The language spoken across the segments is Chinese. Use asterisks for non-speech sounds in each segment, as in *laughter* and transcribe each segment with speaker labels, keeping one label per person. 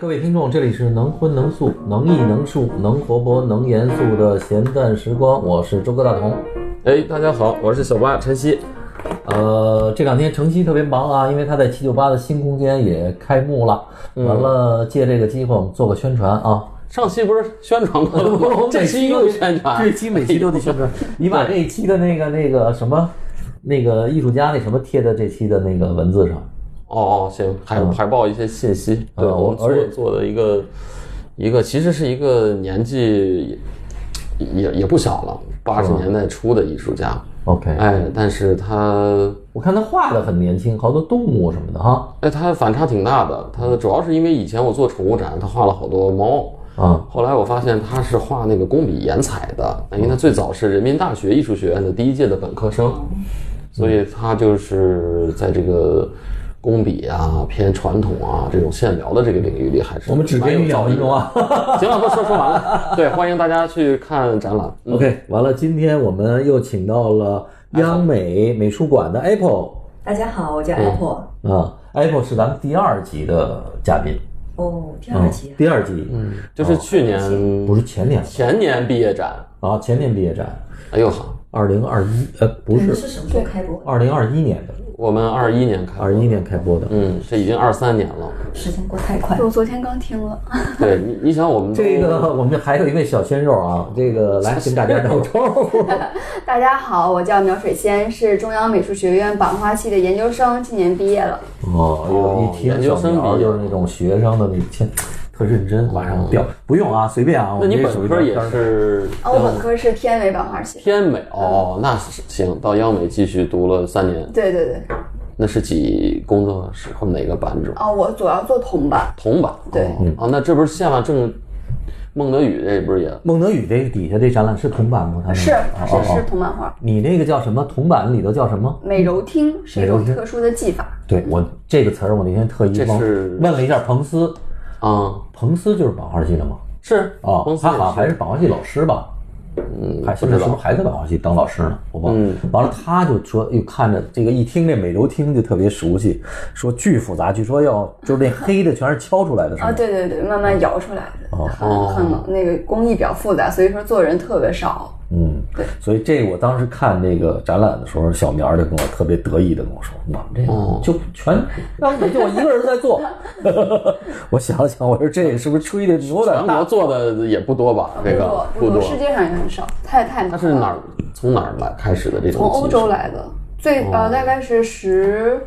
Speaker 1: 各位听众，这里是能荤能素、能艺能术、能活泼能严肃的闲淡时光，我是周哥大同。
Speaker 2: 哎，大家好，我是小八晨曦。
Speaker 1: 呃，这两天程曦特别忙啊，因为他在七九八的新空间也开幕了。完了，借这个机会我们做个宣传啊。
Speaker 2: 上期不是宣传过
Speaker 1: 我 *laughs*
Speaker 2: 吗
Speaker 1: 们？
Speaker 2: 这
Speaker 1: 每
Speaker 2: 期
Speaker 1: 期
Speaker 2: 又
Speaker 1: 都
Speaker 2: 宣传
Speaker 1: 这，期每期都得宣传。你把这一期的那个那个什么，那个艺术家那什么贴在这期的那个文字上。
Speaker 2: *laughs* 哦哦，行，海海报一些信息，
Speaker 1: 嗯
Speaker 2: 对我们
Speaker 1: 而
Speaker 2: 做做的一个一个，其实是一个年纪也也也不小了，八十年代初的艺术家，
Speaker 1: OK，
Speaker 2: 哎，但是他
Speaker 1: 我看他画的很年轻，好多动物什么的哈。
Speaker 2: 哎他反差挺大的，他主要是因为以前我做宠物展，他画了好多猫。
Speaker 1: 啊
Speaker 2: 后来我发现他是画那个工笔颜彩的，因为他最早是人民大学艺术学院的第一届的本科生，
Speaker 3: 哦
Speaker 2: 所以他就是在这个工笔啊、偏传统啊这种线描的这个领域里，还是
Speaker 1: 我们只给你两分钟啊。
Speaker 2: 啊。行了，都说说完
Speaker 3: *laughs*
Speaker 2: 了。对，欢迎大家去看展览。嗯
Speaker 1: OK，完了，今天我们又请到了央美美术馆的 Apple
Speaker 4: 大家好，我叫 Apple。
Speaker 1: 啊，Apple 是咱们第二集的嘉宾，
Speaker 4: 哦，第二集
Speaker 2: 啊
Speaker 1: 嗯，第二集，嗯，
Speaker 2: 就是去年
Speaker 1: 不是前年
Speaker 2: 前年毕业展，
Speaker 1: 啊，前年毕业展，
Speaker 2: 哎呦好，
Speaker 1: 二零二一，呃，不
Speaker 4: 你们
Speaker 2: 嗯
Speaker 1: 是
Speaker 4: 是什么时候开播？
Speaker 1: 二零二一年的，
Speaker 2: 我们二一年开，
Speaker 1: 二一年开播的。
Speaker 2: 嗯，这已经二三年了。
Speaker 4: 时间过太快。
Speaker 3: 我昨天刚听了，
Speaker 2: 对你，你想我们都
Speaker 1: 这个
Speaker 2: 哦
Speaker 1: 我们还有一位小鲜肉啊，这
Speaker 2: *laughs*
Speaker 1: 个来跟大家打个招呼。
Speaker 3: *laughs* 大家好，我叫苗水仙，是中央美术学院版画系的研究生，今年毕业了。
Speaker 1: 哦，一听
Speaker 2: 研究
Speaker 1: 小
Speaker 2: 生毕业
Speaker 1: 苗就是那种学生的那天，特认真，晚上表不用啊，随便啊。
Speaker 2: 哦那你
Speaker 1: 我们这
Speaker 2: 本科也
Speaker 1: 属于
Speaker 2: 是
Speaker 3: 啊，
Speaker 1: 哦
Speaker 3: 我本科是天美版画系。
Speaker 2: 天美哦，那是行，到央美继续读了三年，
Speaker 3: 对对对，
Speaker 2: 那是几工作室或哪个版主？
Speaker 3: 啊，我主要做铜版。
Speaker 2: 铜版
Speaker 3: 对
Speaker 2: 哦
Speaker 1: 嗯
Speaker 2: 啊，那这不是下面正孟德宇这不是也
Speaker 1: 孟德宇这底下这展览是铜版吗？他们
Speaker 2: 啊
Speaker 3: 是
Speaker 1: 哦哦
Speaker 3: 是
Speaker 1: 哦
Speaker 3: 是铜版画，
Speaker 1: 你那个叫什么？铜板里头叫什么？
Speaker 3: 美柔汀是
Speaker 1: 嗯
Speaker 3: 一
Speaker 1: 美柔
Speaker 3: 种
Speaker 1: 汀
Speaker 3: 特殊的技法。
Speaker 1: 对我这个词儿，我那天特意
Speaker 2: 这
Speaker 1: 忘
Speaker 2: 是
Speaker 1: 问了一下彭斯，
Speaker 2: 啊？
Speaker 1: 彭斯就是版画系的吗？
Speaker 2: 是
Speaker 1: 哦，
Speaker 2: 公司
Speaker 1: 他好像还
Speaker 2: 也
Speaker 1: 是版画系老师吧？嗯，还现在是不是还在版画系当老师呢？我忘了。完了，他就说，又看着这个，一听这美柔汀就特别熟悉，说巨复杂，据说要就是那黑的全是敲出来的，是
Speaker 3: 啊，
Speaker 1: 吗？
Speaker 3: 对对对，慢慢摇出来的，
Speaker 2: 哦
Speaker 3: 很很那个工艺比较复杂，所以说做人特别少。
Speaker 1: 嗯，
Speaker 3: 对
Speaker 1: 所以这我当时看这个展览的时候，小苗就跟我特别得意的跟我说：“我们这
Speaker 2: 哦
Speaker 1: 就全让你就我一个人在
Speaker 2: *laughs*
Speaker 1: 做。”我想了想，我说这是不是吹的有点
Speaker 2: 全国做的也不多吧？这个
Speaker 3: 不多，
Speaker 2: 多。
Speaker 3: 世界上也很少，太太难
Speaker 2: 他
Speaker 3: 了。
Speaker 2: 是哪儿从哪儿来开始的这种技术？哦
Speaker 3: 从欧洲来的，最呃大概是十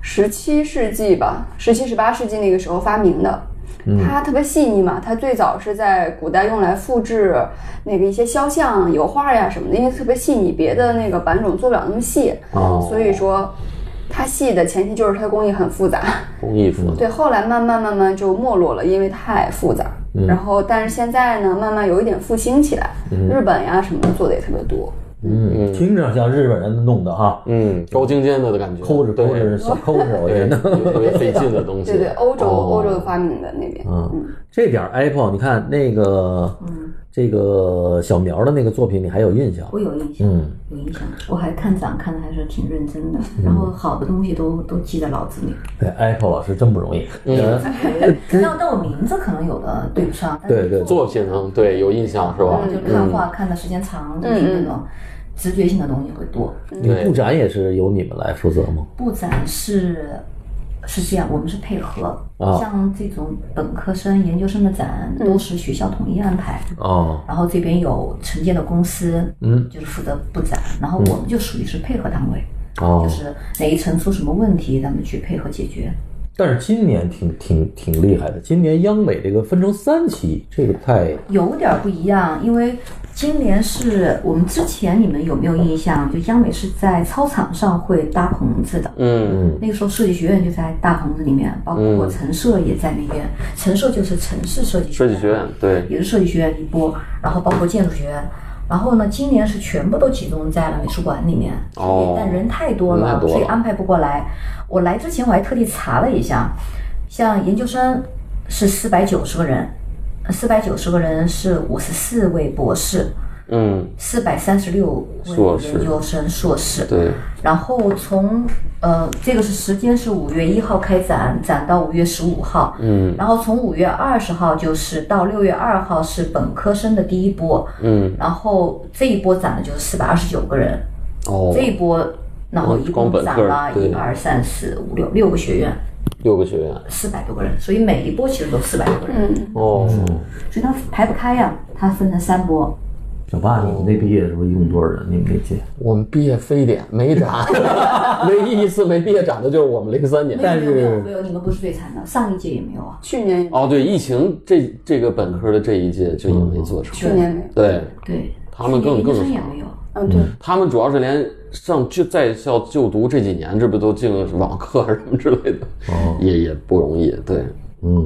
Speaker 3: 十七世纪吧，十七十八世纪那个时候发明的。
Speaker 2: 嗯
Speaker 3: 它特别细腻嘛，它最早是在古代用来复制那个一些肖像、油画呀什么的，因为特别细腻，别的那个版种做不了那么细，
Speaker 2: 哦
Speaker 3: 所以说它细的前提就是它工艺很复杂。
Speaker 2: 工艺
Speaker 1: 嗯
Speaker 2: 服。
Speaker 3: 对，后来慢慢慢慢就没落了，因为太复杂。
Speaker 2: 嗯
Speaker 3: 然后，但是现在呢，慢慢有一点复兴起来，
Speaker 2: 嗯
Speaker 3: 日本呀什么的做的也特别多。
Speaker 1: 嗯，听着像日本人弄的哈，
Speaker 2: 嗯，高精尖的的感觉，
Speaker 1: 抠着抠
Speaker 2: 对
Speaker 1: 着
Speaker 2: *laughs*
Speaker 1: 小抠着，我觉
Speaker 2: 对，
Speaker 1: 得。
Speaker 2: 有特别费劲的东西。
Speaker 3: *laughs* 对对，欧洲、
Speaker 2: 哦
Speaker 3: 欧洲发明的那边，
Speaker 1: 嗯， *laughs* 这点儿 Apple，你看那个，
Speaker 2: 嗯
Speaker 1: 这个小苗的那个作品，你还有印象？
Speaker 4: 我有印象，
Speaker 1: 嗯，
Speaker 4: 有印象。我还看展看的还是挺认真的，然后好的东西都都记在脑子里。
Speaker 1: 对，Apple 老师真不容易。嗯，
Speaker 4: *laughs* 那但我名字可能有的对不上，但
Speaker 1: 对
Speaker 4: 是
Speaker 1: 对
Speaker 2: 作品呢，对有印象是吧？
Speaker 3: 嗯
Speaker 4: 就看画看的时间长，就是那种直觉性的东西会多。
Speaker 1: 你布展也是由你们来负责吗？
Speaker 4: 布展是是这样，我们是配合
Speaker 1: 啊，
Speaker 4: 像这种本科生、研究生的展都是学校统一安排。
Speaker 1: 哦，
Speaker 4: 然后这边有承建的公司，
Speaker 1: 嗯，
Speaker 4: 就是负责布展，然
Speaker 2: 嗯
Speaker 4: 后我们就属于是配合单位，
Speaker 1: 哦
Speaker 4: 就是哪一层出什么问题，咱们去配合解决。
Speaker 1: 但是今年挺挺挺厉害的，今年央美这个分成三期，这个太
Speaker 4: 有点不一样，因为今年是我们之前你们有没有印象？就央美是在操场上会搭棚子的，
Speaker 2: 嗯，
Speaker 4: 那个时候设计学院就在大棚子里面，包括陈设也在那边，陈设就是城市设计
Speaker 2: 设计学院对，
Speaker 4: 也是设计学院一波，然后包括建筑学院。然后呢，今年是全部都集中在了美术馆里面，
Speaker 2: 哦
Speaker 4: 但人太多
Speaker 2: 人太
Speaker 4: 了，
Speaker 2: 多了
Speaker 4: 所以安排不过来。我来之前我还特地查了一下，像研究生是四百九十个人，四百九十个人是五十四位博士，
Speaker 2: 嗯，
Speaker 4: 四百三十六
Speaker 2: 硕
Speaker 4: 位
Speaker 2: 士
Speaker 4: 研究生硕士，
Speaker 2: 对，
Speaker 4: 然后从呃，这个是时间是五月一号开展，展到五月十五号，嗯，然后从五月二十号就是到六月二号是本科生的第一波，
Speaker 2: 嗯，
Speaker 4: 然后这一波展的就是四百二十九个人，
Speaker 2: 哦
Speaker 4: 这，一波然后一
Speaker 2: 光
Speaker 4: 共
Speaker 2: 本
Speaker 4: 展
Speaker 2: 科
Speaker 4: 了
Speaker 2: 对
Speaker 4: 一二三四五六六个学院，
Speaker 2: 六个学院，
Speaker 4: 四百多个人，所以每一波其实都四百多个人，
Speaker 2: 哦，
Speaker 4: 所以它排不开呀、它分成三波，
Speaker 1: 小爸，你们那毕业的时候一共多少人？你们那届？
Speaker 2: 我们毕业非典没 *laughs* 展，唯一一次没毕业展的就是我们零三年。
Speaker 4: 没有没有没有没有，你们不是最惨的，上一届也没有啊，
Speaker 3: 去年
Speaker 2: 哦，对，疫情这这个本科的这一届就也没做成。
Speaker 3: 去年没有，
Speaker 2: 对
Speaker 4: 对，
Speaker 2: 他们更
Speaker 4: 研究
Speaker 2: 更
Speaker 4: 生也
Speaker 2: 少，
Speaker 4: 没有，
Speaker 3: 嗯，对，
Speaker 2: 他们主要是连上就在校就读这几年，这不都进了网课啊什么之类的，也也不容易。对，
Speaker 1: 嗯，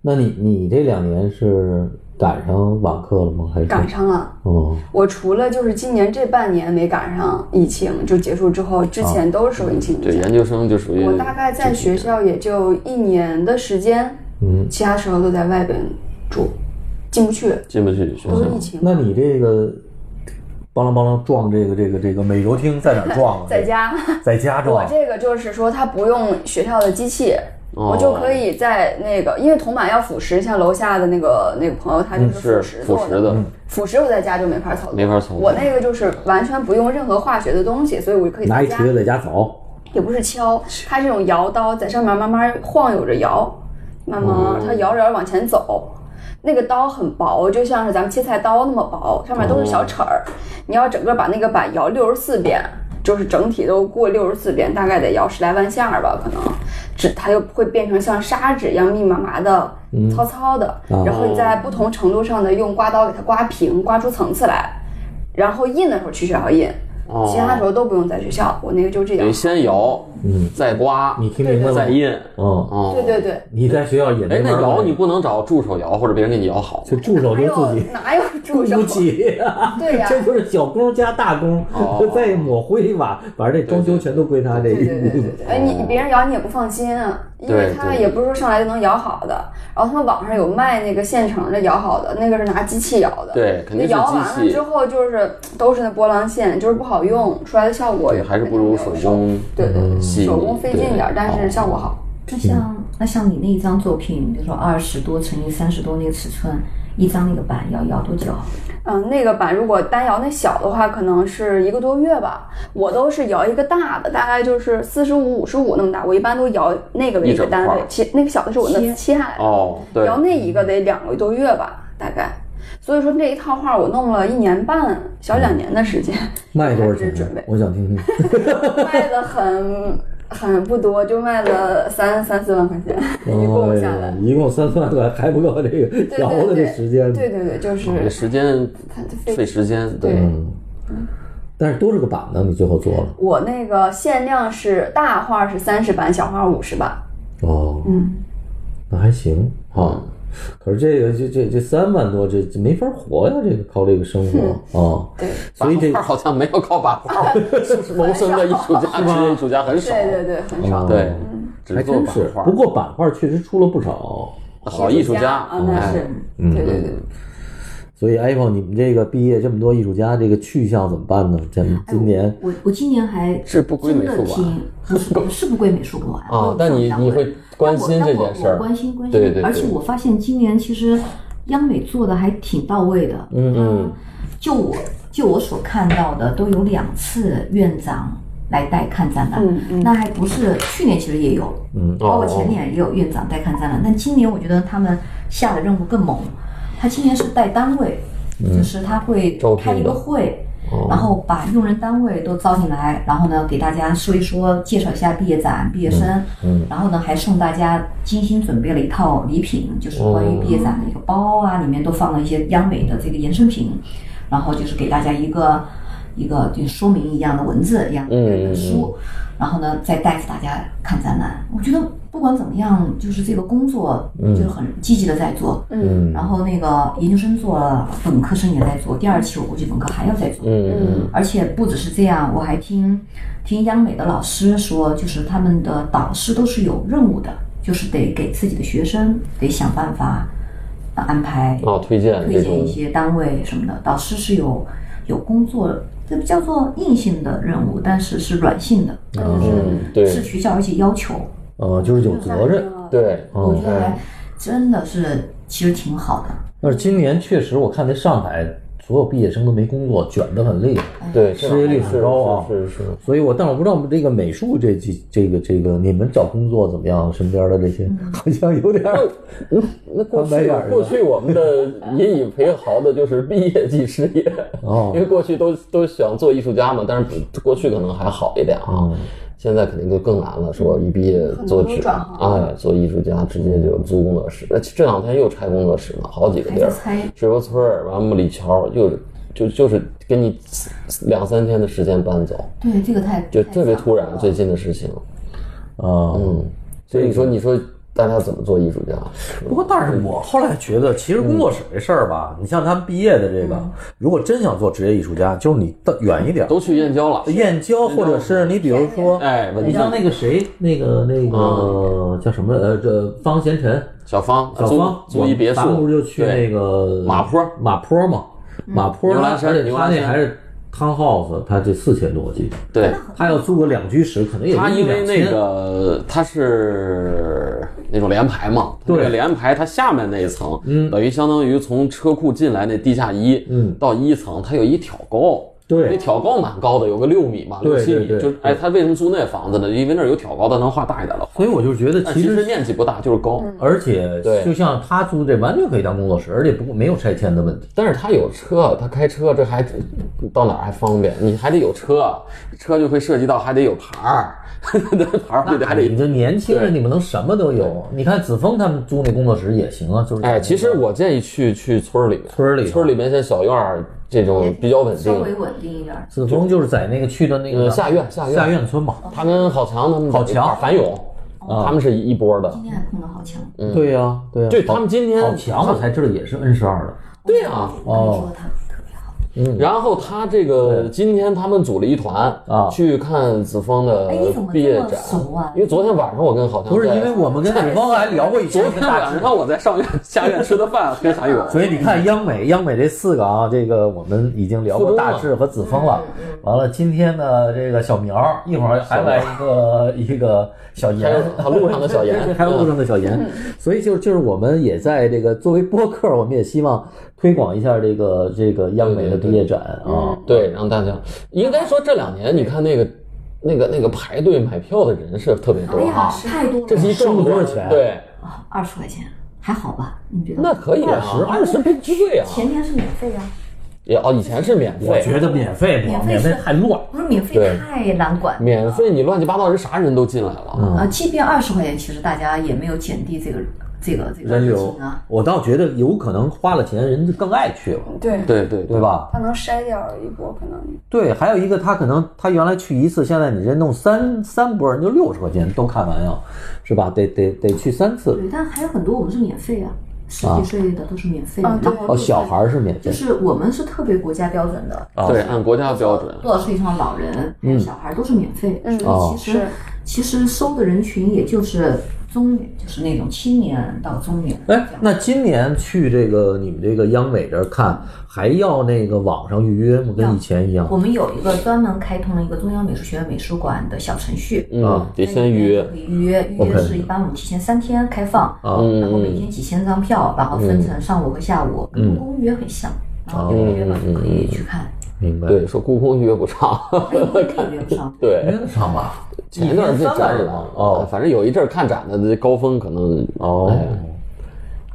Speaker 1: 那你你这两年是赶上网课了吗？还是
Speaker 3: 赶上了。
Speaker 1: 哦，
Speaker 3: 我除了就是今年这半年没赶上疫情，就结束之后，之前都是受疫情
Speaker 2: 嗯对，
Speaker 3: 影响。
Speaker 2: 研究生就属于
Speaker 3: 我大概在学校也就一年的时间，嗯，其他时候都在外边住，进不去，
Speaker 2: 进不去学
Speaker 3: 都是
Speaker 2: 校
Speaker 3: 疫，情。
Speaker 1: 那你这个帮啷帮啷撞这个这个这个美柔厅在哪儿撞啊？
Speaker 3: 在家，
Speaker 1: 在家
Speaker 3: 我
Speaker 1: 撞。
Speaker 3: 这个就是说，它不用学校的机器，
Speaker 2: 哦
Speaker 3: 我就可以在那个，因为铜板要辅食，像楼下的那个那个朋友，他就是
Speaker 2: 嗯是
Speaker 3: 辅食
Speaker 2: 辅
Speaker 3: 做
Speaker 2: 食的，
Speaker 3: 辅食我在家就没法操作，
Speaker 2: 没法操作
Speaker 3: 我那个就是完全不用任何化学的东西，所以我就可以
Speaker 1: 拿
Speaker 3: 在
Speaker 1: 一
Speaker 3: 家
Speaker 1: 锤子在家凿，
Speaker 3: 也不是敲，它这种摇刀在上面慢慢晃悠着摇，慢慢它摇着摇着往前走。那个刀很薄，就像是咱们切菜刀那么薄，上面都是小齿儿。你要整个把那个板摇六十四遍，就是整体都过六十四遍，大概得摇十来万下儿吧，可能。只它就会变成像砂纸一样密麻麻的、糙糙的，然后你在不同程度上的用刮刀给它刮平，刮出层次来，然后印的时候去学校印，
Speaker 2: 哦
Speaker 3: 其他时候都不用在学校。我那个就这样
Speaker 2: 得。先摇，再刮，
Speaker 1: 你听明白
Speaker 2: 再
Speaker 1: 了吗？
Speaker 2: 印。
Speaker 1: 嗯，
Speaker 2: 哦，
Speaker 3: 对对对，
Speaker 1: 你在学校也
Speaker 2: 哎
Speaker 1: 没，
Speaker 2: 那
Speaker 1: 玩儿
Speaker 2: 摇
Speaker 1: 过
Speaker 2: 你不能找助手摇，或者别人给你摇好。
Speaker 1: 就助手
Speaker 3: 哪
Speaker 1: 就
Speaker 3: 有
Speaker 1: 自己
Speaker 3: 哪有助手
Speaker 1: 不？起，
Speaker 3: 对呀
Speaker 1: 这就是小工加大工
Speaker 2: 哦，
Speaker 1: 再抹灰一把，反正这装修全都归他这
Speaker 3: 对
Speaker 1: 一
Speaker 3: 对对对对，哎，你别人摇你也不放心啊，因为
Speaker 2: 对
Speaker 3: 他
Speaker 2: 哦对
Speaker 3: 也不是说上来就能摇好的。然后他们网上有卖那个现成的摇好的，那个是拿机器摇的。
Speaker 2: 对肯定是
Speaker 3: 摇完
Speaker 2: 机
Speaker 3: 了
Speaker 2: 器
Speaker 3: 之后就是都是那波浪线，就是不好用，出来的效果
Speaker 2: 对，还是不如手
Speaker 3: 肯定没有。
Speaker 2: 工嗯
Speaker 3: 对对对，
Speaker 2: 细腻。
Speaker 3: 手工费劲一点儿，
Speaker 2: 对
Speaker 3: 但是效果。
Speaker 2: 哦
Speaker 3: 好。
Speaker 4: 那像那像你那一张作品，比如说二十多乘以三十多那个尺寸，一张那个板要要多久？
Speaker 3: 嗯，那个版如果单摇那小的话，可能是一个多月吧。我都是摇一个大的，大概就是四十五、五十五那么大。我一般都摇那个为
Speaker 2: 一整
Speaker 3: 单
Speaker 2: 块
Speaker 3: 位
Speaker 2: 儿，
Speaker 3: 其那个小的是我那
Speaker 4: 切
Speaker 3: 切下来的。
Speaker 2: 哦，对
Speaker 3: 然，后那一个得两个多月吧，大概。所以说这一套画我弄了一年半，小两年的
Speaker 2: *laughs*
Speaker 3: 时间，
Speaker 1: 卖多少
Speaker 3: 还是准
Speaker 1: 钱
Speaker 3: 备？
Speaker 1: 我想听听。
Speaker 3: 卖的很很不多，就卖了三三四万块
Speaker 2: 哦
Speaker 3: 钱， *laughs* 一共下来
Speaker 1: 哎。一共三万块，还不
Speaker 3: *laughs*
Speaker 1: 够这个
Speaker 2: 哎
Speaker 3: 对
Speaker 1: 摇
Speaker 3: 对
Speaker 1: 的
Speaker 3: 对
Speaker 1: 这时间。
Speaker 3: 对对对，就是
Speaker 2: 这时间哦费时间，对，
Speaker 1: 但是多少个板呢？你最后做了？
Speaker 3: 我那个限量是大画是三十版，小画五十版。
Speaker 1: 哦，嗯，那还行啊。
Speaker 3: 嗯
Speaker 1: 可是这个这这这三万多，这这没法活呀！这个靠这个生活啊，
Speaker 3: 对，
Speaker 1: 所以这
Speaker 2: 画好像没有靠
Speaker 3: *laughs*
Speaker 2: 把画，谋生的艺术家，职业艺术家很少，
Speaker 3: 对对对，嗯很少。
Speaker 2: 对，只
Speaker 1: 哦还
Speaker 2: 做
Speaker 1: 真
Speaker 2: 版
Speaker 1: 是。
Speaker 2: 画。
Speaker 1: 不过版画确实出了不少，
Speaker 2: 好艺术家嗯
Speaker 3: 啊，那是，对对对。
Speaker 1: 所以 Apple，你们这个毕业这么多艺术家，这个去向怎么办呢？咱们今年
Speaker 4: 我我今年还
Speaker 2: 是不归美术馆
Speaker 4: 真的挺
Speaker 2: *laughs*
Speaker 4: 不是不是不归美术馆
Speaker 2: 啊但你
Speaker 3: 嗯
Speaker 2: 你会关心这件事儿
Speaker 4: 我关心关心，
Speaker 2: 对对对
Speaker 4: 而且我发现今年其实央美做的还挺到位的，嗯嗯，就我就我所看到的，都有两次院长。来带看展览，
Speaker 3: 嗯嗯
Speaker 4: 那还不是去年其实也有，
Speaker 1: 嗯
Speaker 4: 包括
Speaker 2: 哦
Speaker 4: 前年也有院长带看展览，但今年我觉得他们下的任务更猛，他今年是带单位，就是他
Speaker 2: 嗯
Speaker 4: 会
Speaker 2: 招聘
Speaker 4: 开一
Speaker 2: 的
Speaker 4: 个会，然后把用人单位都招进来，然后呢给大家说一说，介绍一下毕业展、毕业生，然后呢还送大家精心准备了一套礼品，就是关于毕业展的一个包啊，里面都放了一些央美的这个衍生品，然后就是给大家一个一个就是说明一样的文字一样的一本书，然后呢再带着大家看展览。我觉得不管怎么样，就是这个工作就是很积极的在做，
Speaker 3: 嗯
Speaker 4: 然后那个研究生做了，本科生也在做，第二期我估计本科还要再做，
Speaker 2: 嗯
Speaker 4: 而且不只是这样，我还听听央美的老师说，就是他们的导师都是有任务的，就是得给自己的学生得想办法呃安排
Speaker 2: 哦，推荐
Speaker 4: 推
Speaker 2: 这
Speaker 4: 荐
Speaker 2: 种
Speaker 4: 一些单位什么的。导师是有有工作，这叫做硬性的任务，但是是软性的，但
Speaker 2: 嗯
Speaker 4: 就
Speaker 2: 对
Speaker 4: 是市区教育局要求。
Speaker 1: 呃，就是
Speaker 2: 嗯
Speaker 1: 有责任。
Speaker 3: 嗯
Speaker 2: 对，
Speaker 1: 哦
Speaker 4: 我觉得
Speaker 2: 哎
Speaker 4: 还真的是其实挺好的。
Speaker 1: 但是今年确实，我看那上海所有毕业生都没工作，卷得很厉害。
Speaker 2: 对，
Speaker 1: 失业率很高啊
Speaker 2: 是是是是
Speaker 1: 所以我，但我不知道我们这个美术这这这个这个，你们找工作怎么样？身边的这些 *laughs* 好像有点儿，
Speaker 2: 嗯那过
Speaker 1: 翻白
Speaker 2: 去
Speaker 1: 眼儿
Speaker 2: 过
Speaker 1: 是吧
Speaker 2: 去我们的引以为豪的就是毕业即失业，
Speaker 1: 哦
Speaker 2: 因为过去都都想做艺术家嘛，但是不过去可能还好一点啊，现在肯定就更难了，说一毕业做
Speaker 3: 很多
Speaker 2: 职，
Speaker 3: 转行
Speaker 2: 哎，做艺术家直接就租工作室，那这两天又拆工作室了，好几个地儿 *laughs*
Speaker 4: 还在拆，
Speaker 2: 石油村儿，完木里桥，又就就是给你两三天的时间搬走，
Speaker 4: 对，这个太
Speaker 2: 就
Speaker 4: 太
Speaker 2: 特别
Speaker 4: 早
Speaker 2: 突然
Speaker 4: 了，
Speaker 2: 最近的事情，
Speaker 1: 啊、
Speaker 2: 嗯，所以你说你说大家怎么做艺术家？
Speaker 1: 不过，但是我后来觉得，其实工作室这事儿吧，你像他们毕业的这个，如果真想做职业艺术家，就是你到远一点儿，
Speaker 2: 都去燕郊了，
Speaker 1: 燕郊，或者是你比如说，
Speaker 2: 哎，文
Speaker 1: 你像那个谁，那个那个叫什么呃，这方贤臣，
Speaker 2: 小芳，
Speaker 1: 小
Speaker 2: 租
Speaker 1: 方
Speaker 2: 租一别
Speaker 1: 咱们不
Speaker 2: 墅，
Speaker 1: 是就去那
Speaker 2: 对
Speaker 1: 个
Speaker 2: 马坡
Speaker 1: 马坡嘛，马坡，
Speaker 2: 牛栏山
Speaker 1: 而且
Speaker 2: 牛
Speaker 1: 他
Speaker 2: 栏
Speaker 1: 那
Speaker 2: 山
Speaker 1: 还是 townhouse，他这四千多我记得，
Speaker 2: 对，
Speaker 1: 他要租个两居室，可能也
Speaker 2: 他
Speaker 1: 就一
Speaker 2: 因为
Speaker 1: 两
Speaker 2: 那
Speaker 1: 千。
Speaker 2: 个他是那种联排嘛，它
Speaker 1: 对
Speaker 2: 那个联排它下面那一层，等于相当于从车库进来那地下一，
Speaker 1: 嗯
Speaker 2: 到一层它有一挑高。
Speaker 1: 对
Speaker 2: 那挑高蛮高的，有个六米吧，
Speaker 1: 对
Speaker 2: 六七米。
Speaker 1: 对对
Speaker 2: 就是哎，他为什么租那房子呢？因为那儿有挑高，他能画大一点的画。
Speaker 1: 所以我就觉得
Speaker 2: 但
Speaker 1: 其
Speaker 2: 其
Speaker 1: 实
Speaker 2: 实面积不大，就是高。
Speaker 1: 而且
Speaker 2: 对
Speaker 1: 就像他租这完全可以当工作室，而且不没有拆迁的问题。
Speaker 2: 但是他有车，他开车这还到哪儿还方便？你还得有车，车就会涉及到还得有牌儿， *laughs* 牌儿会得还
Speaker 1: 你
Speaker 2: 得。
Speaker 1: 这年轻人，
Speaker 2: 对
Speaker 1: 你们能什么都有？你看子枫他们租那工作室也行啊，就是
Speaker 2: 哎，其实我建议去去村儿里面，
Speaker 1: 村儿里
Speaker 2: 村儿里面像小院儿这种比较稳
Speaker 4: 稍微
Speaker 2: 定。
Speaker 4: 稳定一点儿。
Speaker 1: 子枫就是在那个去的那个
Speaker 2: 呃下院下院
Speaker 1: 下院村嘛。
Speaker 2: 他跟郝强他们在
Speaker 1: 郝强啊
Speaker 2: 一块儿韩勇，他们是一波的
Speaker 4: 今。天还碰到好强，
Speaker 2: 嗯
Speaker 1: 对呀，对呀。
Speaker 2: 对他们今天
Speaker 1: 好强，我才知道也是 N 十二的。
Speaker 2: 对啊，
Speaker 4: 我跟你说他特别好。
Speaker 2: 然后他这个今天他们组了一团
Speaker 1: 啊
Speaker 2: 去看子枫的
Speaker 4: 哎你怎么
Speaker 2: 毕业
Speaker 4: 这么
Speaker 2: 展
Speaker 4: 熟啊，
Speaker 2: 因为昨天晚上我跟郝强
Speaker 1: 不是
Speaker 2: 在
Speaker 1: 因为我们跟子枫还聊过一
Speaker 2: 昨
Speaker 1: 前
Speaker 2: 天晚
Speaker 1: 大
Speaker 2: 上我在上院下院吃的饭，跟啥有？
Speaker 1: 所以你看，央美、央美这四个啊，这个我们已经聊过大志和子枫了。完了，今天呢，这个小苗儿，一会儿还来一个一个小
Speaker 2: *laughs* 还有
Speaker 1: 严，
Speaker 2: 他路上的小
Speaker 1: 对对
Speaker 2: 严，
Speaker 1: 还有路上的小严，所以就就是我们也在这个作为播客，我们也希望推广一下这个这个央美的毕业展啊。
Speaker 2: 对，让大家应该说这两年你看那个那个那个排队买票的人是特别
Speaker 4: 哎
Speaker 2: 多
Speaker 4: 呀
Speaker 2: 哈，，
Speaker 4: 太多了，
Speaker 2: 这是一
Speaker 1: 收
Speaker 2: 正
Speaker 1: 了多少钱
Speaker 2: 对，
Speaker 4: 啊，二十块钱还好吧？你觉得？
Speaker 2: 那可以啊，二十不贵啊，
Speaker 4: 前天是免费啊，
Speaker 2: 也哦，以前是免
Speaker 1: 我
Speaker 2: 费，
Speaker 1: 觉得免费不好，啊免
Speaker 4: 免费是
Speaker 1: 费太乱。
Speaker 4: 不是免
Speaker 2: 对
Speaker 4: 费太难管。
Speaker 2: 免费你乱七八糟人啥人都进来了，
Speaker 4: 啊，即便二十块钱，其实大家也没有减低这个这个这个
Speaker 1: 人
Speaker 4: 热
Speaker 1: 流
Speaker 4: 情啊。，
Speaker 1: 我倒觉得有可能花了钱，人就更爱去了，
Speaker 3: 对，
Speaker 2: 对对
Speaker 1: 对？吧？
Speaker 3: 他能筛掉一波可能。
Speaker 1: 对，还有一个他可能他原来去一次，现在你这弄三三波，人就六十块钱都看完呀，啊是吧？得得得去三次。
Speaker 4: 对，但还有很多我们是免费啊，十几岁的都是免费
Speaker 3: 啊
Speaker 4: 的。
Speaker 3: 对
Speaker 4: 然后
Speaker 1: 哦，小孩儿是免费
Speaker 4: 就，是我们是特别国家标准的，
Speaker 2: 对，按国家标准，
Speaker 4: 多少岁以上老人还有小孩都是免费。
Speaker 3: 嗯
Speaker 4: 所以其实
Speaker 3: 哦
Speaker 4: 其实收的人群也就是中年，就是那种青年到中年这
Speaker 1: 哎
Speaker 4: 样。，
Speaker 1: 那今年去这个你们这个央美这儿看，还要那个网上预约吗？跟以前一样
Speaker 4: 我？们有一个专门开通了一个中央美术学院美术馆的小程序，
Speaker 2: 嗯，得先预约啊
Speaker 4: 可，以预约，预
Speaker 1: OK
Speaker 4: 约是一般我们提前三天开放，
Speaker 2: 嗯
Speaker 4: 然后每天几千张票，然后分成上午和下午，跟故宫预约很像，然后预约了就可以去看，
Speaker 1: 明白？
Speaker 2: 对，说故宫预约不上， *laughs*
Speaker 4: 哎你也可以预约不上。
Speaker 2: 对。
Speaker 1: 约上啊吧。
Speaker 2: 前段儿这展览
Speaker 1: 哦
Speaker 2: 反正有一阵儿看展的这高峰可能哎
Speaker 1: 哦，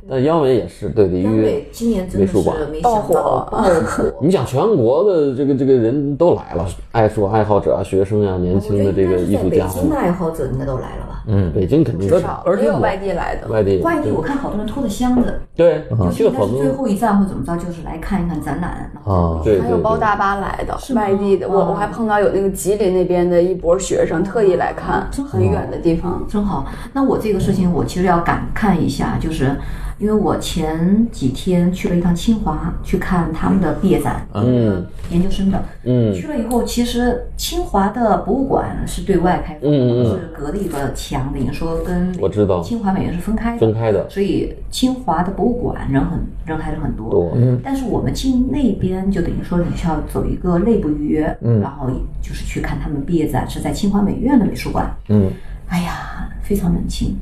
Speaker 2: 但央美也是对得
Speaker 4: 因
Speaker 2: 预约
Speaker 4: 为。今年真的
Speaker 2: 美术馆
Speaker 4: 是没想到
Speaker 3: 爆
Speaker 4: 爆
Speaker 2: *laughs*
Speaker 4: 火，
Speaker 2: 你想全国的这个这个人都来了，爱术爱好者啊、学生啊、年轻的这个艺术家
Speaker 4: 我觉得应该是在，北京的爱好者应该都来了吧？
Speaker 2: 嗯，北京肯定
Speaker 3: 不
Speaker 2: 是嗯
Speaker 3: 少，
Speaker 1: 而且
Speaker 3: 也有
Speaker 1: 我
Speaker 3: 外地来的，
Speaker 2: 外地，
Speaker 4: 外地我看好多人拖着箱子，
Speaker 2: 对，去
Speaker 4: 应
Speaker 2: 了
Speaker 4: 该
Speaker 2: 好
Speaker 4: 是最
Speaker 2: 多，
Speaker 4: 后一站或怎么着，就是来看一看展览，然后
Speaker 2: 啊对
Speaker 3: 还
Speaker 2: 对
Speaker 3: 有包
Speaker 2: 对，
Speaker 3: 大巴来的，
Speaker 4: 吗嗯
Speaker 3: 外地的。我我还碰到有那个吉林那边的一波学生特意来看，
Speaker 4: 哦真好
Speaker 3: 很远的地方。
Speaker 4: 真好。那我这个事情，我其实要感慨一下，就是因为我前几天去了一趟清华去看他们的毕业展，嗯，研究生的，嗯，去了以后，其实清华的博物馆是对外开放的，
Speaker 2: 嗯嗯嗯
Speaker 4: 是隔了一个墙的，也就是说跟
Speaker 2: 我知道
Speaker 4: 清华美院是分开的，
Speaker 2: 分开的
Speaker 4: 所以清华的博物馆人很人还是很多，
Speaker 2: 多
Speaker 1: 嗯
Speaker 4: 但是我们进那边就等于说你是要走一个内部预约，嗯，然后就是去看他们毕业展是在清华美院的美术馆，
Speaker 1: 嗯，
Speaker 4: 哎呀，非常冷清，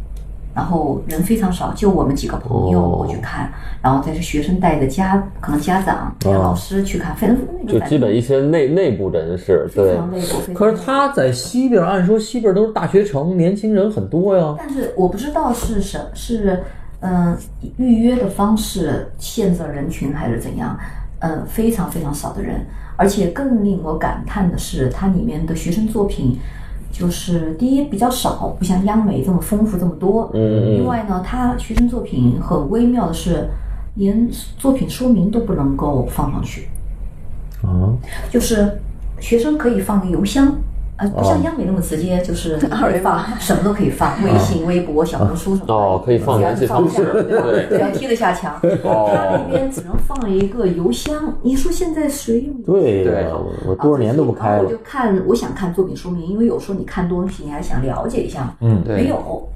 Speaker 4: 然后人非常少，就我们几个朋友
Speaker 2: 哦
Speaker 4: 我去看，然后再是学生带着家可能家长、老师去看，非常那
Speaker 2: 哦就
Speaker 4: 个感
Speaker 2: 基
Speaker 4: 觉
Speaker 2: 本一些内内部人士，
Speaker 4: 非
Speaker 2: 对，
Speaker 4: 常内部，非常
Speaker 1: 可是他在西边，按说西边都是大学城，年轻人很多呀。
Speaker 4: 但是我不知道是什是，嗯、预约的方式限制了人群还是怎样，嗯、非常非常少的人，而且更令我感叹的是，它里面的学生作品。就是第一比较少，不像央美这么丰富这么多。嗯，另外呢，它学生作品很微妙的是，连作品说明都不能够放上去。
Speaker 1: 啊，
Speaker 4: 就是学生可以放个邮箱，呃，不
Speaker 2: 哦
Speaker 4: 像央美那么直接，就是你可以放什么都可以放，微信、微博、小红书什么的
Speaker 2: 啊哦可以放哦
Speaker 4: 只要
Speaker 2: 联系
Speaker 4: 你放
Speaker 2: 方
Speaker 4: 得
Speaker 2: 式
Speaker 4: 下对吧？
Speaker 2: 对
Speaker 4: 只要贴得下墙， *laughs* 他那边只能放了一个邮箱。你说现在谁用邮箱？
Speaker 1: 对
Speaker 2: 对
Speaker 1: 呀，我我多少年都不开
Speaker 4: 然后
Speaker 1: 了
Speaker 4: 我就。看，我想看作品说明，因为有时候你看东西，你还想了解一下，嗯，
Speaker 2: 对
Speaker 4: 没有。嗯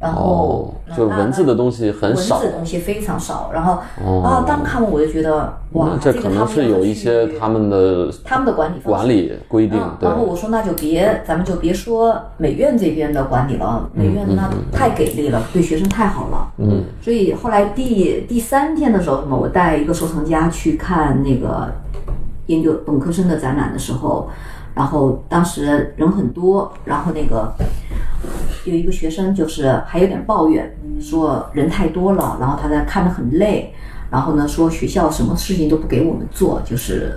Speaker 4: 然
Speaker 2: 哦
Speaker 4: 后，
Speaker 2: 就是文字的东西很少哦
Speaker 4: 文字，的东西非常少。然后、啊，当看完我就觉得哇
Speaker 2: 那，这
Speaker 4: 个
Speaker 2: 可
Speaker 4: 他
Speaker 2: 能
Speaker 4: 们
Speaker 2: 是
Speaker 4: 要
Speaker 2: 有一
Speaker 4: 去
Speaker 2: 些他们的
Speaker 4: 他们的管理方式
Speaker 2: 管理规定
Speaker 4: 嗯，，
Speaker 2: 对嗯
Speaker 4: 然，后我说那就别，咱们就别说美院这边的管理了，美
Speaker 2: 嗯
Speaker 4: 院那太给力了，对学生太好了。嗯，所以后来第第三天的时候嘛，我带一个收藏家去看那个研究本科生的展览的时候，然后当时人很多，然后那个有一个学生就是还有点抱怨，说人太多了，然后他在看得很累，然后呢说学校什么事情都不给我们做，就是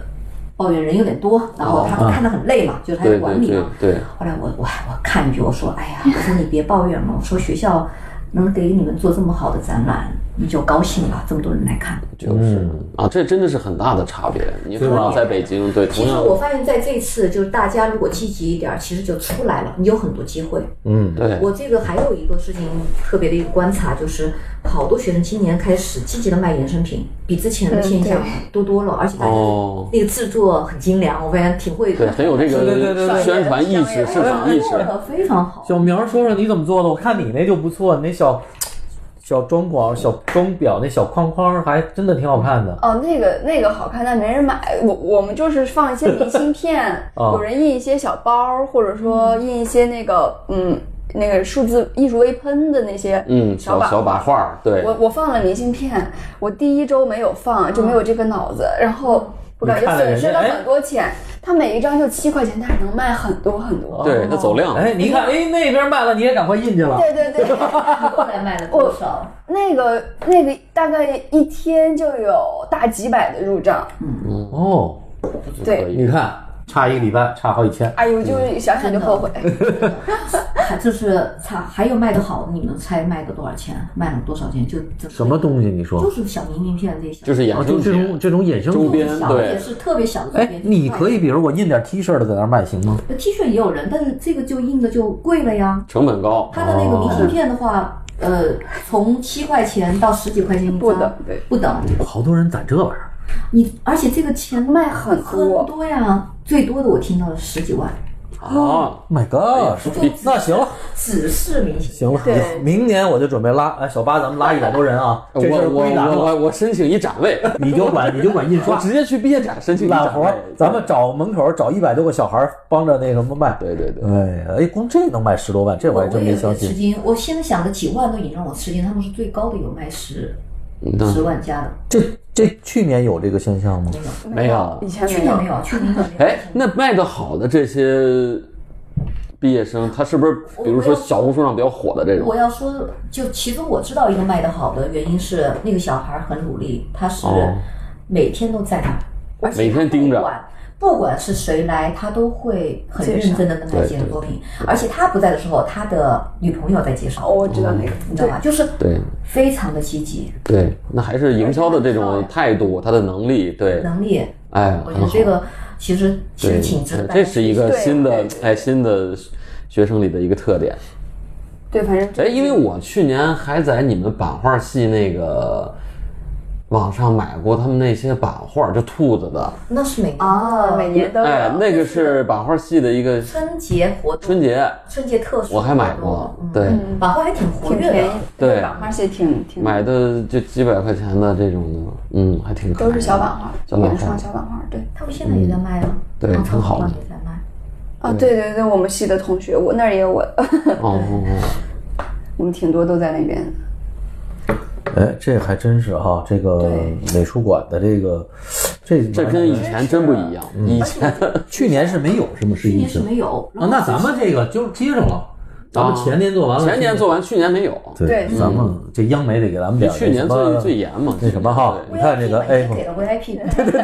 Speaker 4: 抱怨人有点多，然后他看得很累嘛，就是他有
Speaker 2: 对
Speaker 4: 管
Speaker 2: 哦啊对
Speaker 4: 理啊
Speaker 2: 对
Speaker 4: 嘛。
Speaker 2: 对，
Speaker 4: 后来我我我看一句，我说哎呀，我说你别抱怨了，我说学校能给你们做这么好的展览，你就高兴了，这么多人来看。
Speaker 2: 就是
Speaker 1: 嗯
Speaker 2: 啊，这真的是很大的差别。你同样在北京，对，
Speaker 4: 其
Speaker 2: 同
Speaker 4: 实
Speaker 2: 样
Speaker 4: 我发现，在这次就是大家如果积极一点儿，其实就出来了，你有很多机会。
Speaker 2: 对，
Speaker 4: 我这个还有一个事情特别的一个观察，就是好多学生今年开始积极的卖衍生品，比之前的现象多多了，而且大家
Speaker 2: 哦
Speaker 4: 那个制作很精良，我发现挺会
Speaker 2: 对，很有这
Speaker 1: 对对对
Speaker 2: 个
Speaker 1: 对
Speaker 2: 宣传意识、市场意识
Speaker 4: 做。的 *laughs* 非常好。
Speaker 1: 小苗说说你怎么做的？我看你那就不错，你那小小装框、小装裱那小框框还真的挺好看的。，
Speaker 3: 哦，那个那个好看，但没人买。我我们就是放一些明信片
Speaker 2: *laughs* 哦
Speaker 1: 啊
Speaker 3: 有人印一些小包，或者说印一些那个嗯那个数字艺术微喷的那些
Speaker 2: 嗯，小
Speaker 3: 板。
Speaker 2: 小把画儿，对，
Speaker 3: 我我放了明信片，我第一周没有放，就没
Speaker 2: 哦
Speaker 3: 有这个脑子，然后我感
Speaker 1: 你
Speaker 3: 觉
Speaker 1: 看了
Speaker 3: 损失
Speaker 1: 人
Speaker 3: 了
Speaker 1: 家哎
Speaker 3: 很多钱。它每一张就七块钱，但是能卖很多很多。
Speaker 2: 对，它走量，
Speaker 1: 哎，你看，哎，那边卖了，你也赶快印去了。
Speaker 3: 对
Speaker 2: *laughs*
Speaker 3: 对对，
Speaker 4: 后来卖了多少？
Speaker 3: 那个那个大概一天就有大几百的入账，
Speaker 1: 哦，
Speaker 3: 对
Speaker 2: 可以嗯
Speaker 1: 你看，差一个礼拜，差好几千。
Speaker 3: 哎呦，就是想想就后悔。 *laughs*
Speaker 4: 还就是差还有卖的好，你们猜卖的多少钱？卖了多少钱？就就
Speaker 1: 什么东西？你
Speaker 4: 就
Speaker 1: 说？
Speaker 4: 是小明信片这些，
Speaker 2: 就是衍
Speaker 1: 啊，就
Speaker 2: 生
Speaker 1: 这种
Speaker 2: 品，
Speaker 1: 这种衍生
Speaker 2: 周
Speaker 1: 品。
Speaker 2: 边
Speaker 4: 小
Speaker 2: 对
Speaker 4: 也是特别小的周
Speaker 1: 哎
Speaker 4: 边。，
Speaker 1: 你可以，比如我印点 T 恤的在那儿卖行吗？
Speaker 4: T 恤也有人，但是这个就印的就贵了呀。
Speaker 2: 成本高，
Speaker 4: 它的那个明信片的话，呃，从七块钱到十几块钱一张，
Speaker 3: 不等对
Speaker 4: 不等。
Speaker 1: 好多人攒这玩意儿。
Speaker 4: 你而且这个钱
Speaker 3: 卖很
Speaker 4: 很
Speaker 3: 多
Speaker 4: 多呀，最多的我听到了十几万，
Speaker 2: 啊，
Speaker 1: My God！那行了，
Speaker 4: 只是明星。
Speaker 1: 行了，
Speaker 3: 对
Speaker 1: 明年我就准备拉，哎，小八，咱们拉一百多人啊，
Speaker 2: 我
Speaker 1: 这事儿
Speaker 2: 我
Speaker 1: 归咱
Speaker 2: 我
Speaker 1: 了，
Speaker 2: 我我申请一展
Speaker 1: *laughs*
Speaker 2: 位，
Speaker 1: 你就管你就管印
Speaker 2: 我
Speaker 1: 刷。
Speaker 2: 直接去毕业展申请一
Speaker 1: 揽
Speaker 2: 展
Speaker 1: 活
Speaker 2: 位
Speaker 1: 儿，，咱们找门口找一百多个小孩儿帮着那什么卖。
Speaker 2: 对对对
Speaker 1: 哎哎，光这能卖十多万，这我
Speaker 4: 我
Speaker 1: 还
Speaker 4: 我
Speaker 1: 真没
Speaker 4: 也有
Speaker 1: 相
Speaker 4: 点吃
Speaker 1: 信。
Speaker 4: 惊，我现在想的几万都已经让我吃惊，他们是最高的有卖十
Speaker 2: 嗯那
Speaker 4: 十万加的，
Speaker 1: 这这去年有这个现象吗？
Speaker 2: 没有
Speaker 3: 以前
Speaker 4: 去
Speaker 3: 没
Speaker 4: 年没
Speaker 3: 有，
Speaker 4: 有，去年可能没有。
Speaker 2: 哎，那卖的好的这些毕业生，他是不是比如说小红书上比较火的这种
Speaker 4: 我？要说，就其中我知道一个卖的好的原因是那个小孩很努力，他是
Speaker 2: 哦
Speaker 4: 每天都在那儿，而且
Speaker 2: 每天盯着
Speaker 4: 不管不管是谁来，他都会很认真的跟他介绍作品，而且他不在的时候，他的女朋友在介绍，
Speaker 3: 我知道那个，
Speaker 2: 嗯
Speaker 4: 你知道吧？就是
Speaker 2: 对
Speaker 4: 非常的积极，
Speaker 2: 对，那还是营销的这种态度，他的能力，对，
Speaker 4: 能力，
Speaker 2: 哎，
Speaker 4: 我觉
Speaker 2: 很
Speaker 4: 得
Speaker 2: 好
Speaker 4: 这。个其实其
Speaker 2: 对
Speaker 4: 实挺值得，大家
Speaker 2: 这是一个
Speaker 3: 对
Speaker 2: 新的
Speaker 3: 对
Speaker 2: 哎新的学生里的一个特点。
Speaker 3: 对，反正就
Speaker 2: 哎，因为我去年还在你们版画系那个网上买过他们那些版画，就兔子的。
Speaker 4: 那是每年
Speaker 5: 啊，
Speaker 3: 哦每年都有。
Speaker 4: 呃
Speaker 2: 哎，那个是版画系的一个
Speaker 4: 春节活动，
Speaker 2: 春节，
Speaker 4: 春节特殊，
Speaker 2: 我还买过，对，
Speaker 3: 嗯
Speaker 4: 版画还挺活
Speaker 3: 挺
Speaker 4: 跃
Speaker 3: 便宜
Speaker 4: 的。，
Speaker 2: 对
Speaker 3: 版画系挺挺，
Speaker 2: 买的就几百块钱的这种的，嗯，还挺可爱
Speaker 3: 都
Speaker 2: 的
Speaker 3: 是小版画，
Speaker 2: 小版
Speaker 3: 原创
Speaker 2: 画，
Speaker 3: 小版画，对。
Speaker 4: 他们现在也在卖啊，
Speaker 2: 对
Speaker 4: 王
Speaker 2: 挺好的
Speaker 4: 超也在卖。
Speaker 3: 啊，对对对，我们系的同学，我那儿也有我， *laughs*
Speaker 2: 哦哦哦。
Speaker 3: 我们挺多都在那边。
Speaker 1: 哎，这还真是哈、这个美术馆的这个，这
Speaker 2: 这跟以前真不一样。
Speaker 1: 嗯
Speaker 2: 以前
Speaker 1: *laughs* 去年是没有，是吗？是
Speaker 4: 去
Speaker 1: 疫
Speaker 4: 年是
Speaker 1: 情
Speaker 4: 没有，
Speaker 1: 啊？那咱们这个就接上了，咱们前年做完了，
Speaker 2: 啊前年做完，去年没有。
Speaker 1: 嗯对，
Speaker 3: 对
Speaker 1: 咱们这央媒得给咱们点儿
Speaker 2: 去年
Speaker 1: 那什
Speaker 2: 最
Speaker 1: 么
Speaker 2: 最严嘛。
Speaker 1: 那什么哈， *laughs* 你看这个
Speaker 4: VIP
Speaker 1: Apple
Speaker 4: 嘛给了
Speaker 1: *laughs*
Speaker 4: VIP，对对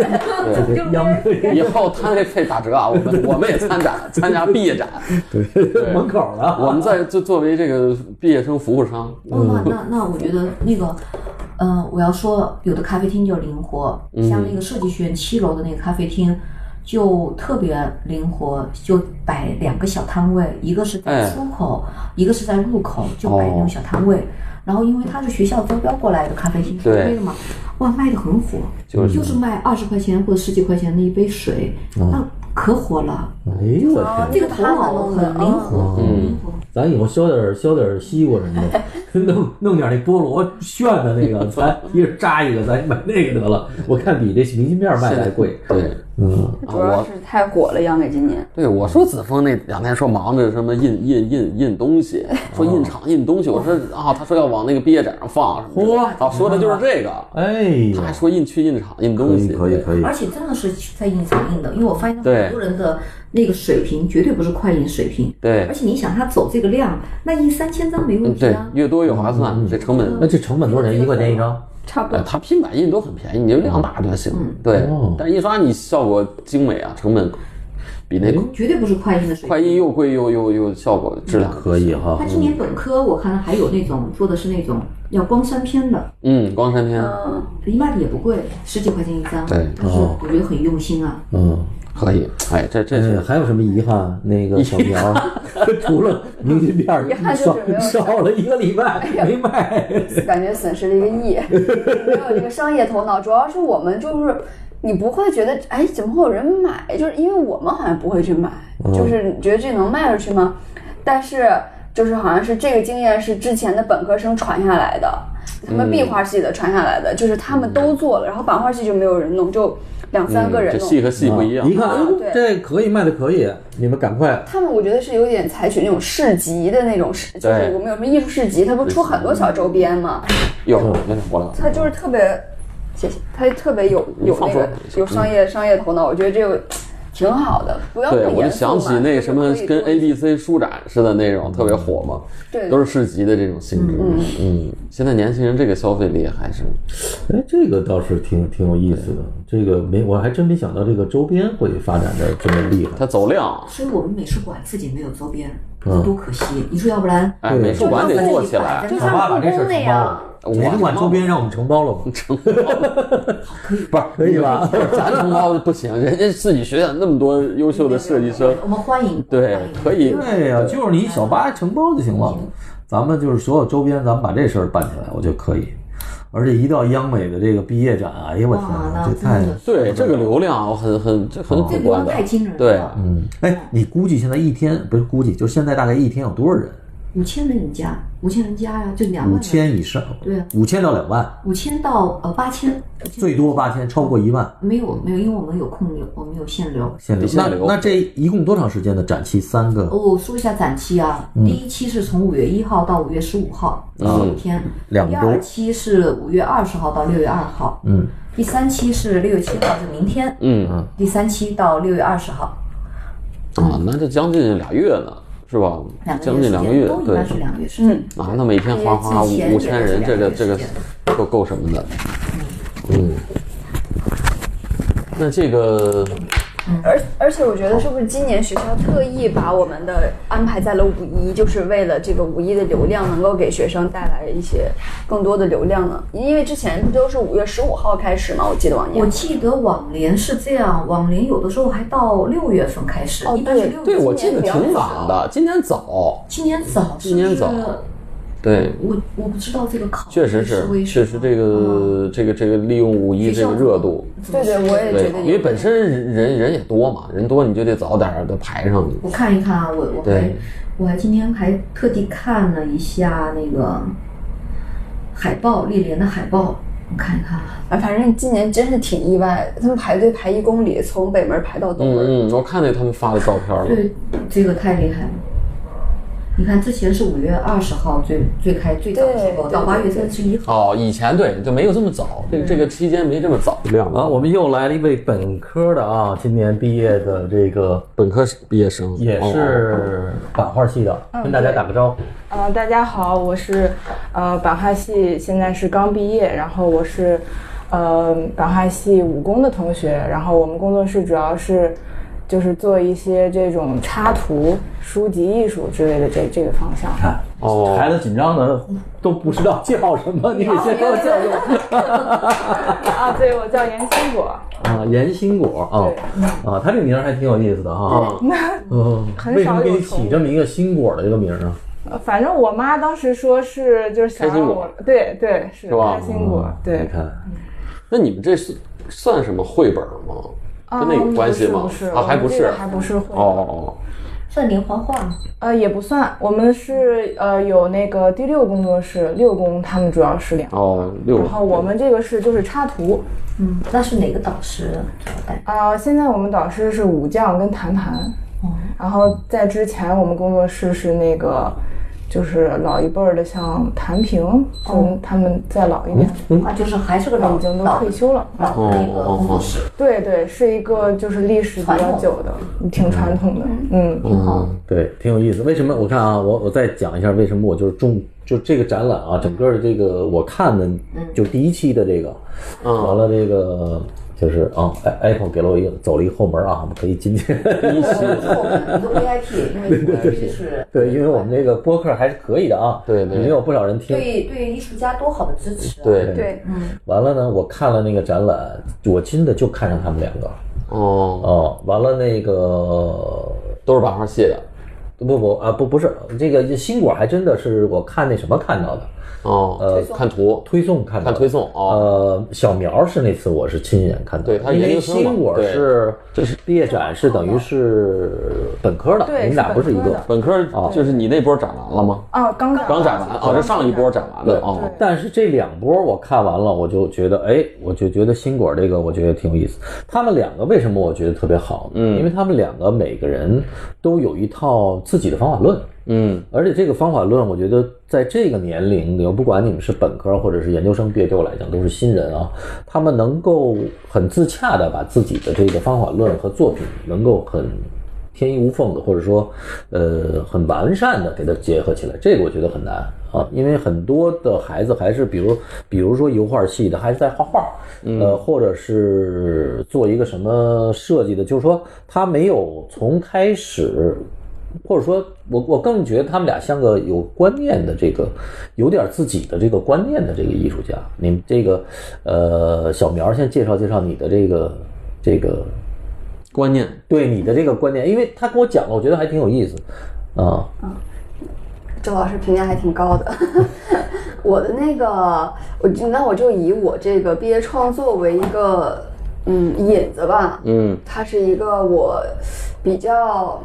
Speaker 4: 对， *laughs*
Speaker 1: 这个央媒
Speaker 2: 以后摊位费打折啊！我们我们也参展，参加毕业展。
Speaker 1: 对门口儿的，
Speaker 2: 我们在就作为这个毕业生服务商，
Speaker 4: 哦，那那那，我觉得那个，嗯、我要说，有的咖啡厅就灵活，
Speaker 2: 嗯
Speaker 4: 像那个设计学院七楼的那个咖啡厅，就特别灵活，就摆两个小摊位，一个是在
Speaker 2: 哎
Speaker 4: 出口，一个是在入口，就摆那
Speaker 2: 哦
Speaker 4: 种小摊位。然后，因为它是学校招标过来的咖啡厅，是
Speaker 2: 对
Speaker 4: 推的嘛，哇，卖的很火，
Speaker 2: 就是哦
Speaker 4: 就是卖二十块钱或者十几块钱的一杯水，那可火了。
Speaker 1: 哎呦我天，
Speaker 4: 这个头脑很灵活，
Speaker 1: 哦
Speaker 4: 很灵活。
Speaker 1: 咱以后削点儿削点儿西瓜什么 *laughs* 的，弄弄点儿那菠萝炫的那个，咱一人扎一个，咱买那个得了。我看比这明信片儿卖的还贵。
Speaker 2: 对，
Speaker 1: 嗯
Speaker 2: 嗯啊
Speaker 3: 主要是太火了，央美今年。
Speaker 2: 对，我说子枫那两天说忙着什么印印印印东西，说印厂印东西，我说啊，他说要往那个毕业展上放什么的，啊，说的就是这个。
Speaker 1: 哎
Speaker 2: 他
Speaker 1: 呀
Speaker 2: 还，说印去印厂印东西，对
Speaker 1: 可以
Speaker 4: 而且真的是在印厂印的，因为我发现
Speaker 2: 对
Speaker 4: 很多人的那个水平绝对不是快印水平。
Speaker 2: 对
Speaker 4: 而且你想他走这个量，那印三千张没问
Speaker 2: 嗯
Speaker 4: 题
Speaker 2: 对
Speaker 4: 啊，。
Speaker 2: 越多越划
Speaker 1: 嗯
Speaker 2: 算，这成本
Speaker 1: 那这成本多少钱？一块钱一张？
Speaker 3: 差不
Speaker 2: 呃，
Speaker 3: 多。嗯
Speaker 2: 它拼板印都很便宜，你就量大就行。对，
Speaker 1: 哦
Speaker 2: 但印刷你效果精美啊，成本比那
Speaker 1: 哎
Speaker 4: 绝对不是快印的水
Speaker 2: 快
Speaker 4: 平。
Speaker 2: 印又贵又又又效果质量。
Speaker 1: 可以啊哈
Speaker 4: 他。今年本科我看还有那种做的是那种要光山篇的，
Speaker 2: 嗯，光山篇
Speaker 4: 卖的也不贵，十几块钱一张。
Speaker 2: 对哦
Speaker 4: 但是我觉得很用心啊。
Speaker 1: 嗯，
Speaker 2: 可以，哎，这这
Speaker 1: 哎
Speaker 2: 是
Speaker 1: 还有什么遗憾？那个小苗， *laughs* 除了明信片儿
Speaker 3: 遗憾就是没有
Speaker 1: 烧烧了一个礼拜没卖。
Speaker 3: *laughs* 感觉损失了一个 *laughs* 亿，没有这个商业头脑。主要是我们就是，你不会觉得，哎，怎么会有人买？就是因为我们好像不会去买，就是你觉得这能卖出去吗？但是就是好像是这个经验是之前的本科生传下来的，他们壁画系的传下来的，就是他们都做了，然后版画系就没有人弄，嗯就两三个人哦
Speaker 2: 这
Speaker 3: 弄。
Speaker 2: 戏和戏不一样
Speaker 1: 一。看，哎呦
Speaker 3: 对
Speaker 1: 这可以卖的可以，你们赶快。
Speaker 3: 他们我觉得是有点采取那种市集的那种市，就是
Speaker 2: 对
Speaker 3: 我们有什么艺术市集，他不是出很多小周边 *laughs* 吗？
Speaker 2: 哟，
Speaker 1: 嗯
Speaker 2: 有点火了。
Speaker 3: 他就是特别，谢谢，他特别有有
Speaker 2: 放
Speaker 3: 那
Speaker 2: 手
Speaker 3: 个有商业商业头脑，我觉得这个挺好的，不要
Speaker 2: 嗯对，
Speaker 3: 太
Speaker 2: 我就
Speaker 3: 严肃嘛
Speaker 2: 想起那个什么跟 A B C 书展似的那
Speaker 1: 嗯
Speaker 2: 种特别火嘛，
Speaker 3: 对
Speaker 2: 都是市集的这种性质。嗯，现在年轻人这个消费力还是
Speaker 1: 哎，这个倒是挺挺有意思的。这个没，我还真没想到这个周边会发展的这么厉害。
Speaker 2: 它走量，
Speaker 4: 所以我们美术馆自己没有周边，
Speaker 2: 嗯
Speaker 4: 这多可惜！你说要不然
Speaker 2: 哎，美术馆得做起来。
Speaker 3: 就
Speaker 1: 我爸
Speaker 3: 像
Speaker 1: 把
Speaker 3: 故
Speaker 1: 这事儿承
Speaker 3: 宫那
Speaker 1: 包
Speaker 3: 样
Speaker 1: 了，，
Speaker 2: 我
Speaker 1: 美术馆周边让我们承包了
Speaker 4: *laughs*
Speaker 1: 吗？ *laughs*
Speaker 2: 不是
Speaker 1: 可以吧？
Speaker 2: 咱承包不行，人家自己学校那么多优秀的设计生，
Speaker 4: 我们欢迎，
Speaker 2: 对
Speaker 4: 欢迎，
Speaker 2: 可以。
Speaker 1: 对呀、就是你小巴承包就行了。
Speaker 4: 嗯
Speaker 1: 咱们就是所有周边，咱们把这事儿办起来，我觉得可以。而且一到央美的这个毕业展，哎呀，我天
Speaker 4: 哇，
Speaker 1: 哪，
Speaker 4: 那
Speaker 1: 这
Speaker 4: 真
Speaker 1: 太……
Speaker 4: 的
Speaker 2: 对这个流量很很这很
Speaker 4: 这
Speaker 2: 可
Speaker 4: 地
Speaker 2: 观
Speaker 4: 方
Speaker 2: 的，
Speaker 4: 太惊人了。
Speaker 2: 对，
Speaker 1: 嗯，哎，你估计现在一天不是估计，就现在大概一天有多少人？
Speaker 4: 五千人以家，五千人家呀，就两万
Speaker 1: 五
Speaker 4: 人，
Speaker 1: 千以上，
Speaker 4: 对啊
Speaker 1: 五千到两万，
Speaker 4: 五千到呃八千，8000
Speaker 1: 最多八千，超不过一万。
Speaker 4: 没有没有，因为我们有控流，我们有限流。
Speaker 1: 限流
Speaker 2: 得
Speaker 1: 那
Speaker 2: 限流
Speaker 1: 那这一共多长时间的展期？三个，
Speaker 4: 哦，我说一下展期啊，
Speaker 1: 嗯
Speaker 4: 第一期是从五月一号到五月十五号，十五天；
Speaker 1: 两
Speaker 4: 第
Speaker 1: 周
Speaker 4: 二期是五月二十号到六月二号，
Speaker 1: 嗯，
Speaker 4: 第三期是六月七号，就明天，
Speaker 2: 嗯
Speaker 4: 第三期到六月二十号，
Speaker 2: 啊，那这将近俩月呢，是吧
Speaker 4: 两？个
Speaker 2: 将
Speaker 4: 月时
Speaker 2: 近
Speaker 4: 间
Speaker 2: 两个月
Speaker 4: 都，一
Speaker 2: 对
Speaker 4: 般是两个月时间。
Speaker 3: 嗯，
Speaker 2: 啊，那每天哗哗
Speaker 4: 因为
Speaker 2: 五
Speaker 4: 之
Speaker 2: 五千
Speaker 4: 前
Speaker 2: 人，
Speaker 4: 也是
Speaker 2: 这
Speaker 4: 两
Speaker 2: 个
Speaker 4: 个
Speaker 2: 这个
Speaker 4: 月时
Speaker 2: 够够嗯什么的，嗯。那这个
Speaker 3: 而而且我觉得是不是今年学校特意把我们的安排在了五一，就是为了这个五一的流量能够给学生带来一些更多的流量呢？因为之前不都是五月十五号开始吗？我记得往年
Speaker 6: 我
Speaker 2: 嗯
Speaker 6: 记得网联是这样，网联有的时候还到六月份开始，
Speaker 3: 哦
Speaker 6: 一般是
Speaker 3: 对
Speaker 6: 六月。
Speaker 2: 对，我记得挺晚的，今年早。
Speaker 6: 今年早，
Speaker 2: 今年早
Speaker 6: 是不是
Speaker 2: 对，
Speaker 6: 我我不知道这个考
Speaker 2: 确实
Speaker 6: 是为
Speaker 2: 是，
Speaker 6: 什
Speaker 2: 确
Speaker 6: 么
Speaker 2: 实这
Speaker 7: 嗯
Speaker 2: 个这个这个利用五一这个热度，
Speaker 3: 对对，我也
Speaker 2: 对
Speaker 3: 觉得，
Speaker 2: 因为
Speaker 3: 有。
Speaker 2: 本身人人也多嘛，人多你就得早点的排上。
Speaker 6: 我看一看啊，我我还
Speaker 2: 对
Speaker 6: 我还今天还特地看了一下那个海报，历年的海报，我看一看啊。
Speaker 3: 啊，反正今年真是挺意外，他们排队排一公里，从北门排到东门。
Speaker 2: 嗯嗯，我看见他们发的照片了。
Speaker 6: 对，这个太厉害了。你看，之前是五月二十号最最开最早的时候，
Speaker 3: 对
Speaker 6: 到
Speaker 3: 对
Speaker 6: 八月
Speaker 3: 对对
Speaker 6: 三十一号。
Speaker 2: 哦，以前对就没有这么早，这个这个期间没这么早亮
Speaker 1: 啊，我们又来了一位本科的啊，今年毕业的这个
Speaker 2: 本科毕业生哦
Speaker 1: 也是版画系的，
Speaker 7: 嗯
Speaker 1: 跟大家打个招呼。
Speaker 7: 呃，大家好，我是呃版画系，现在是刚毕业，然后我是呃版画系武工的同学，然后我们工作室主要是就是做一些这种插图、书籍艺术之类的这这个方
Speaker 2: *laughs*
Speaker 7: 向。
Speaker 1: 看，
Speaker 2: 哦
Speaker 1: 孩子紧张的都不知道叫什么，你给先说叫什么
Speaker 7: 啊，对，我叫严新果， *laughs*
Speaker 1: 啊？严心果啊啊，他这名儿还挺有意思的哈。嗯，
Speaker 7: 很
Speaker 1: 为什
Speaker 7: 少
Speaker 1: 么给
Speaker 7: 有
Speaker 1: 你
Speaker 7: 重
Speaker 1: 起这么一个心果的这个名儿啊？
Speaker 7: 呃反正我妈当时说是就是想
Speaker 2: 开心
Speaker 7: 让
Speaker 2: 果
Speaker 7: 我，对对是
Speaker 2: 是吧嗯
Speaker 7: 开心果，对
Speaker 1: 你，看，
Speaker 2: 那你们这是算什么绘本吗？
Speaker 7: 啊
Speaker 2: 跟那有关系吗？
Speaker 7: 不是不是
Speaker 2: 啊，还不
Speaker 7: 我们这
Speaker 2: 是
Speaker 7: 个，还不是绘
Speaker 2: 哦
Speaker 7: 本
Speaker 2: 哦
Speaker 6: 算连环画吗，
Speaker 7: 呃，也不算，我们是呃有那个第六工作室，六工他们主要是两
Speaker 2: 哦，，哦，六
Speaker 7: 然后我们这个是就是插图
Speaker 6: 嗯，那是哪个导师主要带？
Speaker 7: 啊、现在我们导师是武将跟谭谭，
Speaker 6: 哦
Speaker 7: 然后在之前我们工作室是那个就是老一辈儿的，像谭平，
Speaker 6: 哦
Speaker 7: 就他们再老一点，
Speaker 2: 嗯
Speaker 6: 啊，就是还是个老
Speaker 7: 已经都
Speaker 6: 老
Speaker 7: 退休了。
Speaker 6: 老
Speaker 2: 哦
Speaker 6: 的那个工作室，
Speaker 7: 对对，是一个就是历史比较久的，挺传统的，嗯。
Speaker 6: 挺好。
Speaker 1: 对，挺有意思。为什么？我看啊，我我再讲一下为什么我就是中，就这个展览啊，整个的这个我看
Speaker 2: 嗯
Speaker 1: 的，就是第一期的这个，完了这个就是啊，A-，Apple 给了我一个走了一后门啊，我们可以进去。 *laughs*
Speaker 2: 第一期
Speaker 6: 我们都 VIP，因为我们是
Speaker 1: 对，因为我们这个播客还是可以的啊，
Speaker 2: 对对
Speaker 1: 已经有不少人听。
Speaker 6: 对对艺术家多好的支持啊！
Speaker 2: 对
Speaker 3: 对，
Speaker 1: 完了呢，我看了那个展览，我真的就看上他们两个
Speaker 2: 哦，
Speaker 1: 哦。完了那个
Speaker 2: 都是版画系的
Speaker 1: 不不啊不不是这个新果还真的是我看那什么看到的，
Speaker 2: 哦，呃，看图
Speaker 1: 推送看到
Speaker 2: 看
Speaker 1: 的
Speaker 2: 推。送哦，
Speaker 1: 呃，小苗是那次我是亲眼看到的，
Speaker 2: 对他
Speaker 1: 因
Speaker 2: 研
Speaker 1: 为
Speaker 2: 究生嘛
Speaker 1: 新果
Speaker 2: 对
Speaker 1: 是这是毕业展是等于是本科的，
Speaker 7: 对
Speaker 1: 你们俩
Speaker 7: 是
Speaker 1: 不是一
Speaker 7: 本科
Speaker 1: 个
Speaker 7: 的。
Speaker 2: 本科就是你那波展完了吗？
Speaker 7: 哦，刚展
Speaker 2: 刚展完哦，这上一波展完的哦，
Speaker 1: 但是这两波我看完了，我就觉得，哎，我就觉得新果这个我觉得挺有意思。他们两个为什么我觉得特别好？嗯，因为他们两个每个人都有一套自己的方法论，
Speaker 2: 嗯
Speaker 1: 而且这个方法论，我觉得在这个年龄的，不管你们是本科或者是研究生毕业，对我来讲都是新人啊，他们能够很自洽的把自己的这个方法论和作品能够很。天衣无缝的，或者说，呃，很完善的给它结合起来，这个我觉得很难啊，因为很多的孩子还是，比如，比如说油画系的，还是在画画，呃，或者是做一个什么设计的，就是说他没有从开始或者说我我更觉得他们俩像个有观念的这个，有点自己的这个观念的这个艺术家。你们这个，呃，小苗先介绍介绍你的这个这个
Speaker 2: 观念
Speaker 1: 对你的这个观念，因为他跟我讲了，我觉得还挺有意思啊。
Speaker 3: 周老师评价还挺高的。 *laughs* 我的那个，我就那我就以我这个毕业创作为一个嗯引子吧，
Speaker 2: 嗯
Speaker 3: 它是一个我比较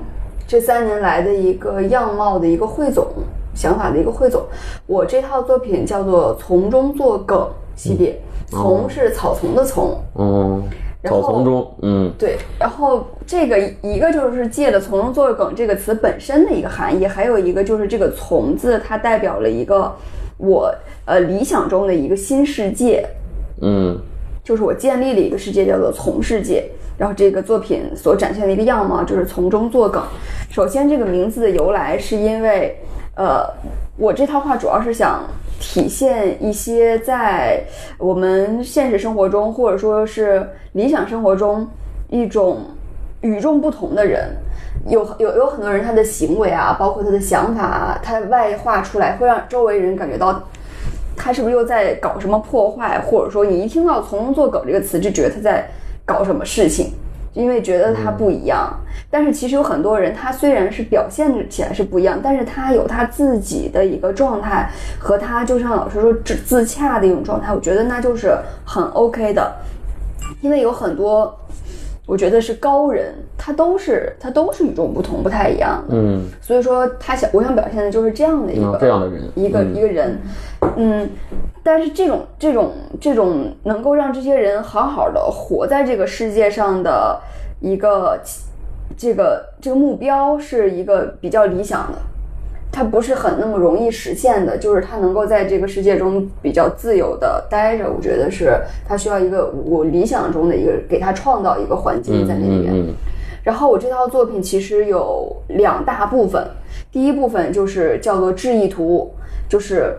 Speaker 3: 这三年来的一个样貌的一个汇总，想法的一个汇总。我这套作品叫做“从中作梗”系列，从是草丛的丛，
Speaker 2: 嗯，
Speaker 3: 然
Speaker 2: 哦草
Speaker 3: 后
Speaker 2: 丛中嗯
Speaker 3: 对，然后这个一个就是借了“从容作梗”这个词本身的一个含义，还有一个就是这个“从”字，它代表了一个我呃理想中的一个新世界，
Speaker 2: 嗯
Speaker 3: 就是我建立了一个世界叫做“从世界”。然后这个作品所展现的一个样貌就是从中作梗。首先，这个名字的由来是因为，呃，我这套画主要是想体现一些在我们现实生活中，或者说是理想生活中一种与众不同的人。有有有很多人，他的行为啊，包括他的想法啊，他外化出来，会让周围人感觉到他是不是又在搞什么破坏，或者说你一听到“从容做狗”这个词，就觉得他在搞什么事情，因为觉得他不一样。但是其实有很多人，他虽然是表现起来是不一样，但是他有他自己的一个状态，和他就像老师说自自洽的一种状态，我觉得那就是很 OK 的，因为有很多。我觉得是高人，他都是他都是与众不同，不太一样的。
Speaker 2: 嗯，
Speaker 3: 所以说他想我想表现的就是这样的一个、
Speaker 2: 嗯这样的人
Speaker 3: 一个、
Speaker 2: 嗯
Speaker 3: 一个人，嗯，但是这种这种这种能够让这些人好好的活在这个世界上的一个这个这个目标是一个比较理想的，它不是很那么容易实现的，就是他能够在这个世界中比较自由的待着，我觉得是他需要一个我理想中的一个给他创造一个环境在那里面。
Speaker 2: 嗯嗯
Speaker 3: 然后我这套作品其实有两大部分，第一部分就是叫做致意图，就是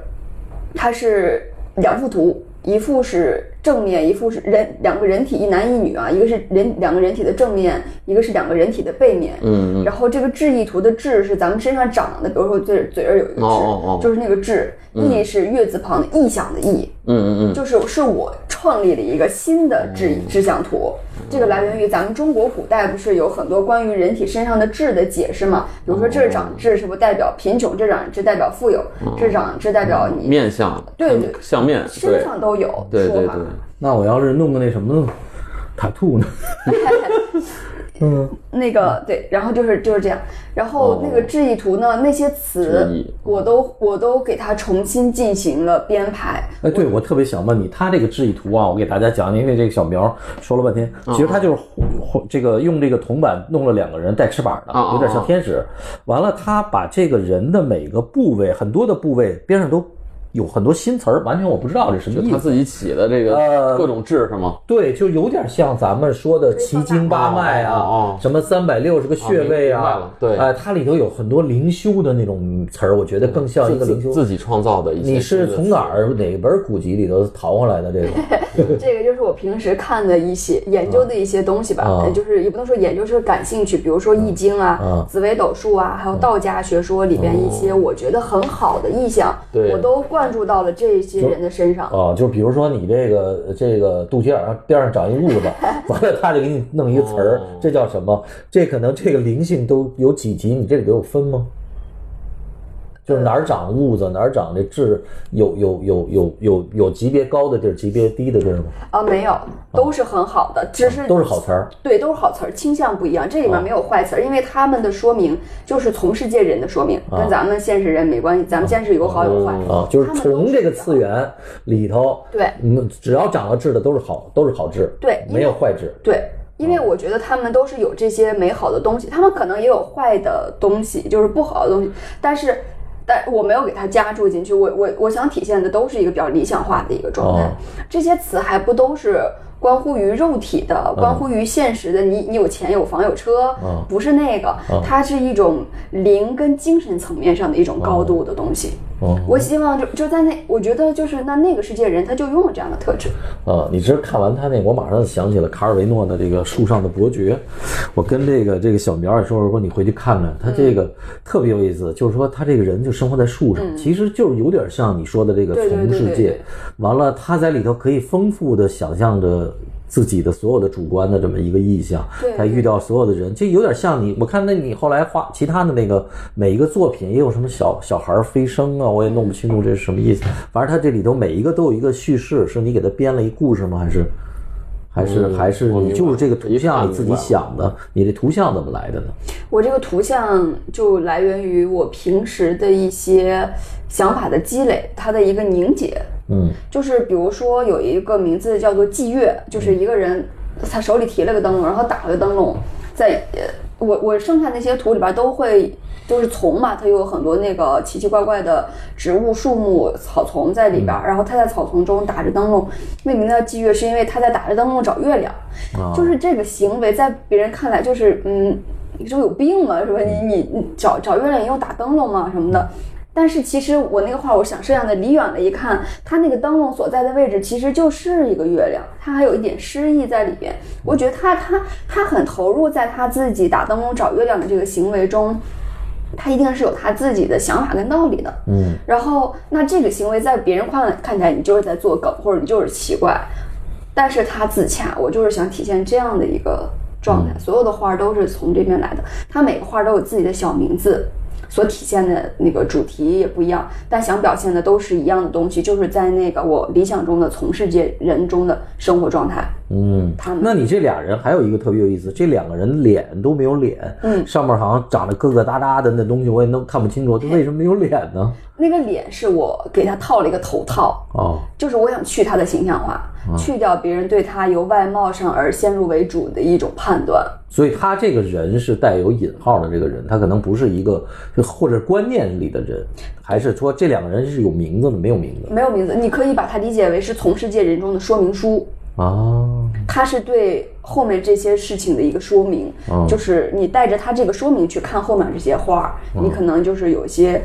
Speaker 3: 它是两幅图，一幅是正面，一幅是人两个人体一男一女啊，一个是人两个人体的正面，一个是两个人体的背面。
Speaker 2: 嗯嗯
Speaker 3: 然后这个痣意图的痣是咱们身上长的，比如说嘴嘴这儿有一个痣，
Speaker 2: 哦哦哦
Speaker 3: 就是那个痣。意是月字旁的意想的意，
Speaker 2: 嗯嗯嗯，
Speaker 3: 就是是我创立了一个新的志
Speaker 2: 嗯
Speaker 3: 志向图，这个来源于咱们中国古代不是有很多关于人体身上的痣的解释嘛？比如
Speaker 2: 哦
Speaker 3: 说这儿长痣是不是代表贫穷，这长痣代表富有，这长痣代表你
Speaker 2: 嗯面相
Speaker 3: 对对
Speaker 2: 相面
Speaker 3: 身上都有
Speaker 2: 对对
Speaker 3: 说
Speaker 2: 对
Speaker 3: 法。
Speaker 2: 对，
Speaker 1: 那我要是弄个那什么塔兔呢？
Speaker 3: 那个对，然后就是就是这样，然后那个
Speaker 2: 哦
Speaker 3: 智意图呢，那些词
Speaker 2: 智意
Speaker 3: 我都我都给它重新进行了编排，
Speaker 1: 哎，对，我特别想问你，他这个示意图啊，我给大家讲，因为这个小苗说了半天，
Speaker 2: 嗯
Speaker 1: 其实他就是这个用这个铜板弄了两个人带翅膀的，
Speaker 2: 啊啊
Speaker 1: 有点像天使。完了，他把这个人的每个部位，很多的部位边上都有很多新词儿，完全我不知道这什么
Speaker 2: 就
Speaker 1: 意
Speaker 2: 他
Speaker 1: 思。
Speaker 2: 自己起的这个
Speaker 1: 呃
Speaker 2: 各种痣是吗？
Speaker 1: 对，就有点像咱们说的奇经八脉啊，
Speaker 2: 哦哦哦
Speaker 1: 什么三百六十个穴位
Speaker 2: 明白
Speaker 1: 啊
Speaker 2: 了，对
Speaker 1: 哎、它里头有很多灵修的那种词儿，我觉得更像一个
Speaker 2: 自
Speaker 1: 灵
Speaker 2: 己
Speaker 1: 修。
Speaker 2: 自己创造的一些。
Speaker 1: 你是从哪？儿哪本古籍里头淘回来的这个？
Speaker 3: 这个就是我平时看的一些研究的一些东西吧，
Speaker 1: 啊
Speaker 3: 呃就是也不能说研究，就是感兴趣，比如说《易经》啊、
Speaker 1: 啊
Speaker 3: 紫微斗数啊，还
Speaker 1: 嗯
Speaker 3: 有道家学说里边一
Speaker 1: 哦
Speaker 3: 些我觉得很好的意象，
Speaker 2: 对
Speaker 3: 我都灌注到了这些人的身上。
Speaker 1: 啊，就比如说你这个这个肚脐眼儿边上长一痦
Speaker 3: *laughs*
Speaker 1: 子，完了他就给你弄一个词儿
Speaker 2: 哦，
Speaker 1: 这叫什么？这可能这个灵性都有几级？你这里头有分吗？就是哪儿长痦子，哪儿长这痣，有有有有有有级别高的地儿，级别低的地儿吗？
Speaker 3: 啊，没有，都是很好的，只是
Speaker 1: 哦都是好词儿。哦
Speaker 3: 对，都是好词儿，倾向不一样。这里面没有坏词儿，因为他们的说明就是从世界人的说明，
Speaker 1: 哦
Speaker 3: 跟咱们现实人没关系，咱们现实有好有坏。
Speaker 1: 啊，就是
Speaker 3: 他们都
Speaker 1: 从
Speaker 3: 是
Speaker 1: 这个
Speaker 3: 的
Speaker 1: 次元里头，
Speaker 3: 对
Speaker 1: 嗯，只要长了痣的都是好，都是好痣，
Speaker 3: 对因为
Speaker 1: 没有坏痣。
Speaker 3: 对，因
Speaker 1: 嗯
Speaker 3: 为我觉得他们都是有这些美好的东西，他们可能也有坏的东西，就是不好的东西，但是。但我没有给它加注进去，我我我想体现的都是一个比较理想化的一个状态。
Speaker 1: 哦
Speaker 3: 这些词还不都是关乎于肉体的，关乎于现实的。你你有钱有房有车，
Speaker 1: 嗯
Speaker 3: 不是那个，
Speaker 1: 嗯
Speaker 3: 它是一种灵跟精神层面上的一种高度的东西。
Speaker 1: 哦
Speaker 3: 我希望就就在那，我觉得就是那那个世界人他就拥有这样的特质。
Speaker 1: 啊，你知道看完他那，我马上想起了卡尔维诺的这个《树上的伯爵》，我跟这个这个小苗也说，我说你回去看看，他
Speaker 3: 嗯
Speaker 1: 这个特别有意思，就是说他这个人就生活在树上，其实就是有点像你说的这个
Speaker 3: 嗯对对
Speaker 1: 从
Speaker 3: 对
Speaker 1: 世
Speaker 3: 对
Speaker 1: 界
Speaker 3: 对，
Speaker 1: 完了他在里头可以丰富的想象着。自己的所有的主观的这么一个意象
Speaker 3: 对，
Speaker 1: 他遇到所有的人，这有点像你。我看那你后来画其他的那个每一个作品也有什么小小孩儿飞升啊，我也弄不清楚这是什么意思。反正他这里头每一个都有一个叙事，是你给他编了一故事吗？还是还是、
Speaker 2: 嗯
Speaker 1: 还是
Speaker 2: 我明
Speaker 1: 你
Speaker 2: 白
Speaker 1: 就是这个图
Speaker 2: 一看
Speaker 1: 像你自己
Speaker 2: 明白了
Speaker 1: 想的？你这图像怎么来的呢？
Speaker 3: 我这个图像就来源于我平时的一些想法的积累，它的一个凝结。
Speaker 1: 嗯，
Speaker 3: 就是比如说有一个名字叫做霁月，
Speaker 1: 嗯
Speaker 3: 就是一个人他手里提了个灯笼，然后打了个灯笼，在呃，我我剩下那些图里边都会。就是丛嘛，它有很多那个奇奇怪怪的植物、树木、草丛在里
Speaker 1: 嗯
Speaker 3: 边，然后他在草丛中打着灯笼，为名叫霁月，是因为他在打着灯笼找月亮。
Speaker 1: 啊，
Speaker 3: 就是这个行为在别人看来就是嗯，你是不是有病吗？是吧？你你你找找月亮，你又打灯笼吗？什么的。但是其实我那个画，我想摄像的离远了一看，它那个灯笼所在的位置其实就是一个月亮，它还有一点诗意在里边。我觉得他他他很投入在他自己打灯笼找月亮的这个行为中，他一定是有他自己的想法跟道理的。
Speaker 1: 嗯，
Speaker 3: 然后那这个行为在别人看看起来你就是在做梗，或者你就是奇怪，但是他自洽，我就是想体现这样的一个状态。所有的画都是从这边
Speaker 1: 嗯
Speaker 3: 来的，他每个画都有自己的小名字。所体现的那个主题也不一样，但想表现的都是一样的东西，就是在那个我理想中的从事界人中的生活状态。
Speaker 1: 嗯，
Speaker 3: 他们
Speaker 1: 那你这俩人还有一个特别有意思，这两个人脸都没有脸，
Speaker 3: 嗯
Speaker 1: 上面好像长得疙疙瘩瘩的那东西，我也弄看不清楚，这为什么没有脸呢？
Speaker 3: 那个脸是我给他套了一个头套，
Speaker 1: 哦，
Speaker 3: 就是我想去他的形象化，去掉别人对他由外貌上而先入为主的一种判断。
Speaker 1: 所以他这个人是带有引号的这个人，他可能不是一个就或者观念里的人，还是说这两个人是有名字的，没有名字
Speaker 3: 没有名字，你可以把它理解为是从世界人中的说明书。
Speaker 1: 啊？
Speaker 3: 它是对后面这些事情的一个说明，
Speaker 1: 哦
Speaker 3: 就是你带着它这个说明去看后面这些画儿，你
Speaker 1: 哦
Speaker 3: 可能就是有一些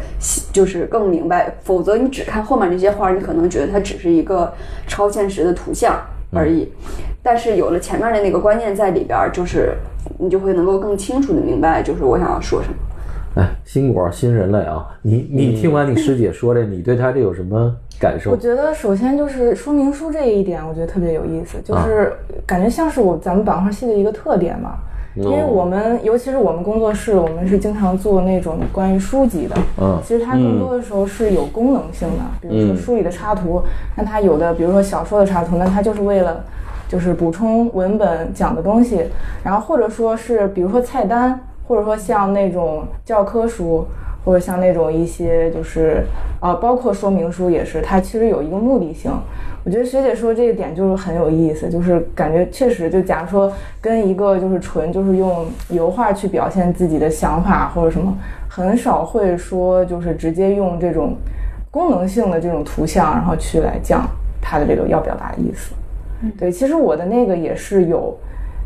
Speaker 3: 就是更明白，否则你只看后面这些画儿，你可能觉得它只是一个超现实的图像而已。
Speaker 1: 嗯
Speaker 3: 但是有了前面的那个观念在里边儿，就是你就会能够更清楚的明白，就是我想要说什么。
Speaker 1: 哎，新果儿新人类啊，你你听完你师姐说这，你对他这有什么感受
Speaker 7: 我？觉得首先就是说明书这一点，我觉得特别有意思，就是
Speaker 2: 啊
Speaker 7: 感觉像是我咱们版画系的一个特点嘛。因
Speaker 1: 哦
Speaker 7: 为我们，尤其是我们工作室，我们是经常做那种关于书籍的。
Speaker 1: 嗯
Speaker 7: 其实它更多的时候是有功能性的，比如说
Speaker 2: 嗯
Speaker 7: 书里的插图，那它有的，比如说小说的插图，那它就是为了就是补充文本讲的东西，然后或者说是比如说菜单，或者说像那种教科书，或者像那种一些就是呃，包括说明书也是，它其实有一个目的性。我觉得学姐说这个点就是很有意思，就是感觉确实，就假如说跟一个就是纯就是用油画去表现自己的想法或者什么，很少会说就是直接用这种功能性的这种图像，然后去来讲它的这个要表达的意思。对，其实我的那个也是有，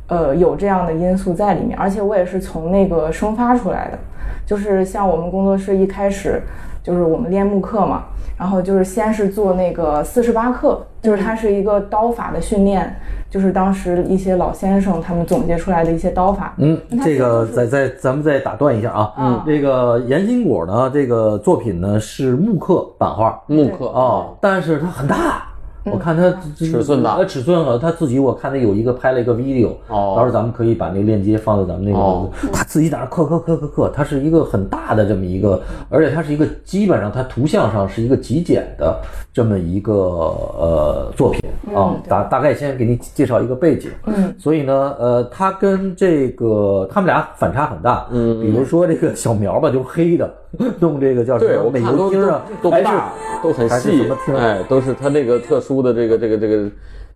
Speaker 7: 呃，有这样的因素在里面，而且我也是从那个生发出来的，就是像我们工作室一开始就是我们练木课嘛，然后就是先是做那个四十八课，就是它是一个刀法的训练，就是当时一些老先生他们总结出来的一些刀法，
Speaker 1: 嗯
Speaker 7: 那，他
Speaker 1: 这个
Speaker 7: 是
Speaker 1: 再再咱们再打断一下啊，
Speaker 7: 嗯
Speaker 1: 这个严新果呢，这个作品呢是木刻版画，
Speaker 2: 木刻
Speaker 1: 哦，，但是它很大。我看它这
Speaker 2: 尺寸大
Speaker 1: 呃，尺寸啊，他自己我看他有一个拍了一个 video，
Speaker 2: 哦
Speaker 1: 到时候咱们可以把那个链接放在咱们那
Speaker 2: 哦
Speaker 1: 个，他自己在那儿刻刻刻刻刻，它是一个很大的这么一个，而且它是一个基本上它图像上是一个极简的这么一个呃作品啊，大大概先给你介绍一个背景，
Speaker 7: 嗯，
Speaker 1: 所以呢，呃，他跟这个他们俩反差很大，嗯，比如说这个小苗吧，就是黑的，弄这个叫什
Speaker 2: 对，
Speaker 1: 么
Speaker 2: 我
Speaker 1: 美
Speaker 2: 看
Speaker 1: 油
Speaker 2: 都
Speaker 1: 汀啊，
Speaker 2: 都都
Speaker 1: 还是
Speaker 2: 大，都很
Speaker 1: 还是什
Speaker 2: 细
Speaker 1: 么啊汀，
Speaker 2: 哎，都是它那个特殊的这个这个这个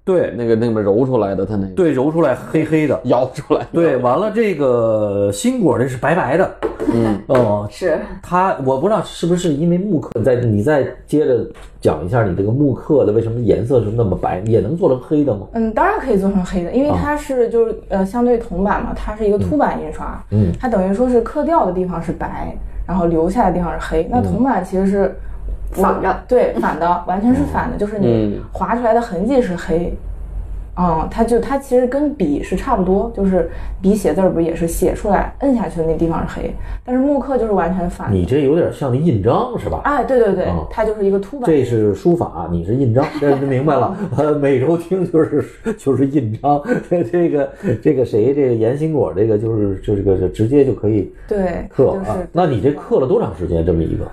Speaker 1: 对
Speaker 2: 那个那么揉出来的，它那个 *laughs*
Speaker 1: 对，揉出来黑黑的。
Speaker 2: 摇出来的，
Speaker 1: 对，完了这个新果那是白白的，嗯，哦，
Speaker 3: 是
Speaker 1: 他我不知道是不是因为木刻，在你再接着讲一下你这个木刻的为什么颜色是那么白，也能做成黑的吗？
Speaker 7: 嗯，当然可以做成黑的，因
Speaker 1: 哦
Speaker 7: 为它是就是、呃相对铜版嘛，它是一个凸版印刷，
Speaker 1: 嗯，
Speaker 7: 它等于说是刻掉的地方是白，然后留下的地方是黑。
Speaker 1: 嗯
Speaker 7: 那铜版其实是
Speaker 3: 反着，
Speaker 7: 对，反的，完全是反的，就是你
Speaker 2: 嗯
Speaker 7: 划出来的痕迹是黑。嗯，它就它其实跟笔是差不多，就是笔写字儿不也是写出来摁下去的那地方是黑，但是木刻就是完全反的。
Speaker 1: 你这有点像那印章是吧？
Speaker 7: 哎，对对对，
Speaker 1: 哦
Speaker 7: 它就是一个凸版。
Speaker 1: 这是书法，你是印章，这这明白
Speaker 7: *laughs*
Speaker 1: 了。呃，每周听就是就是印章，这这个这个谁这个严新果这个就是就这个是直接就可以
Speaker 7: 对，
Speaker 1: 刻
Speaker 7: 就
Speaker 1: 了啊
Speaker 7: 是。
Speaker 1: 那你这刻了多长时间？这么一个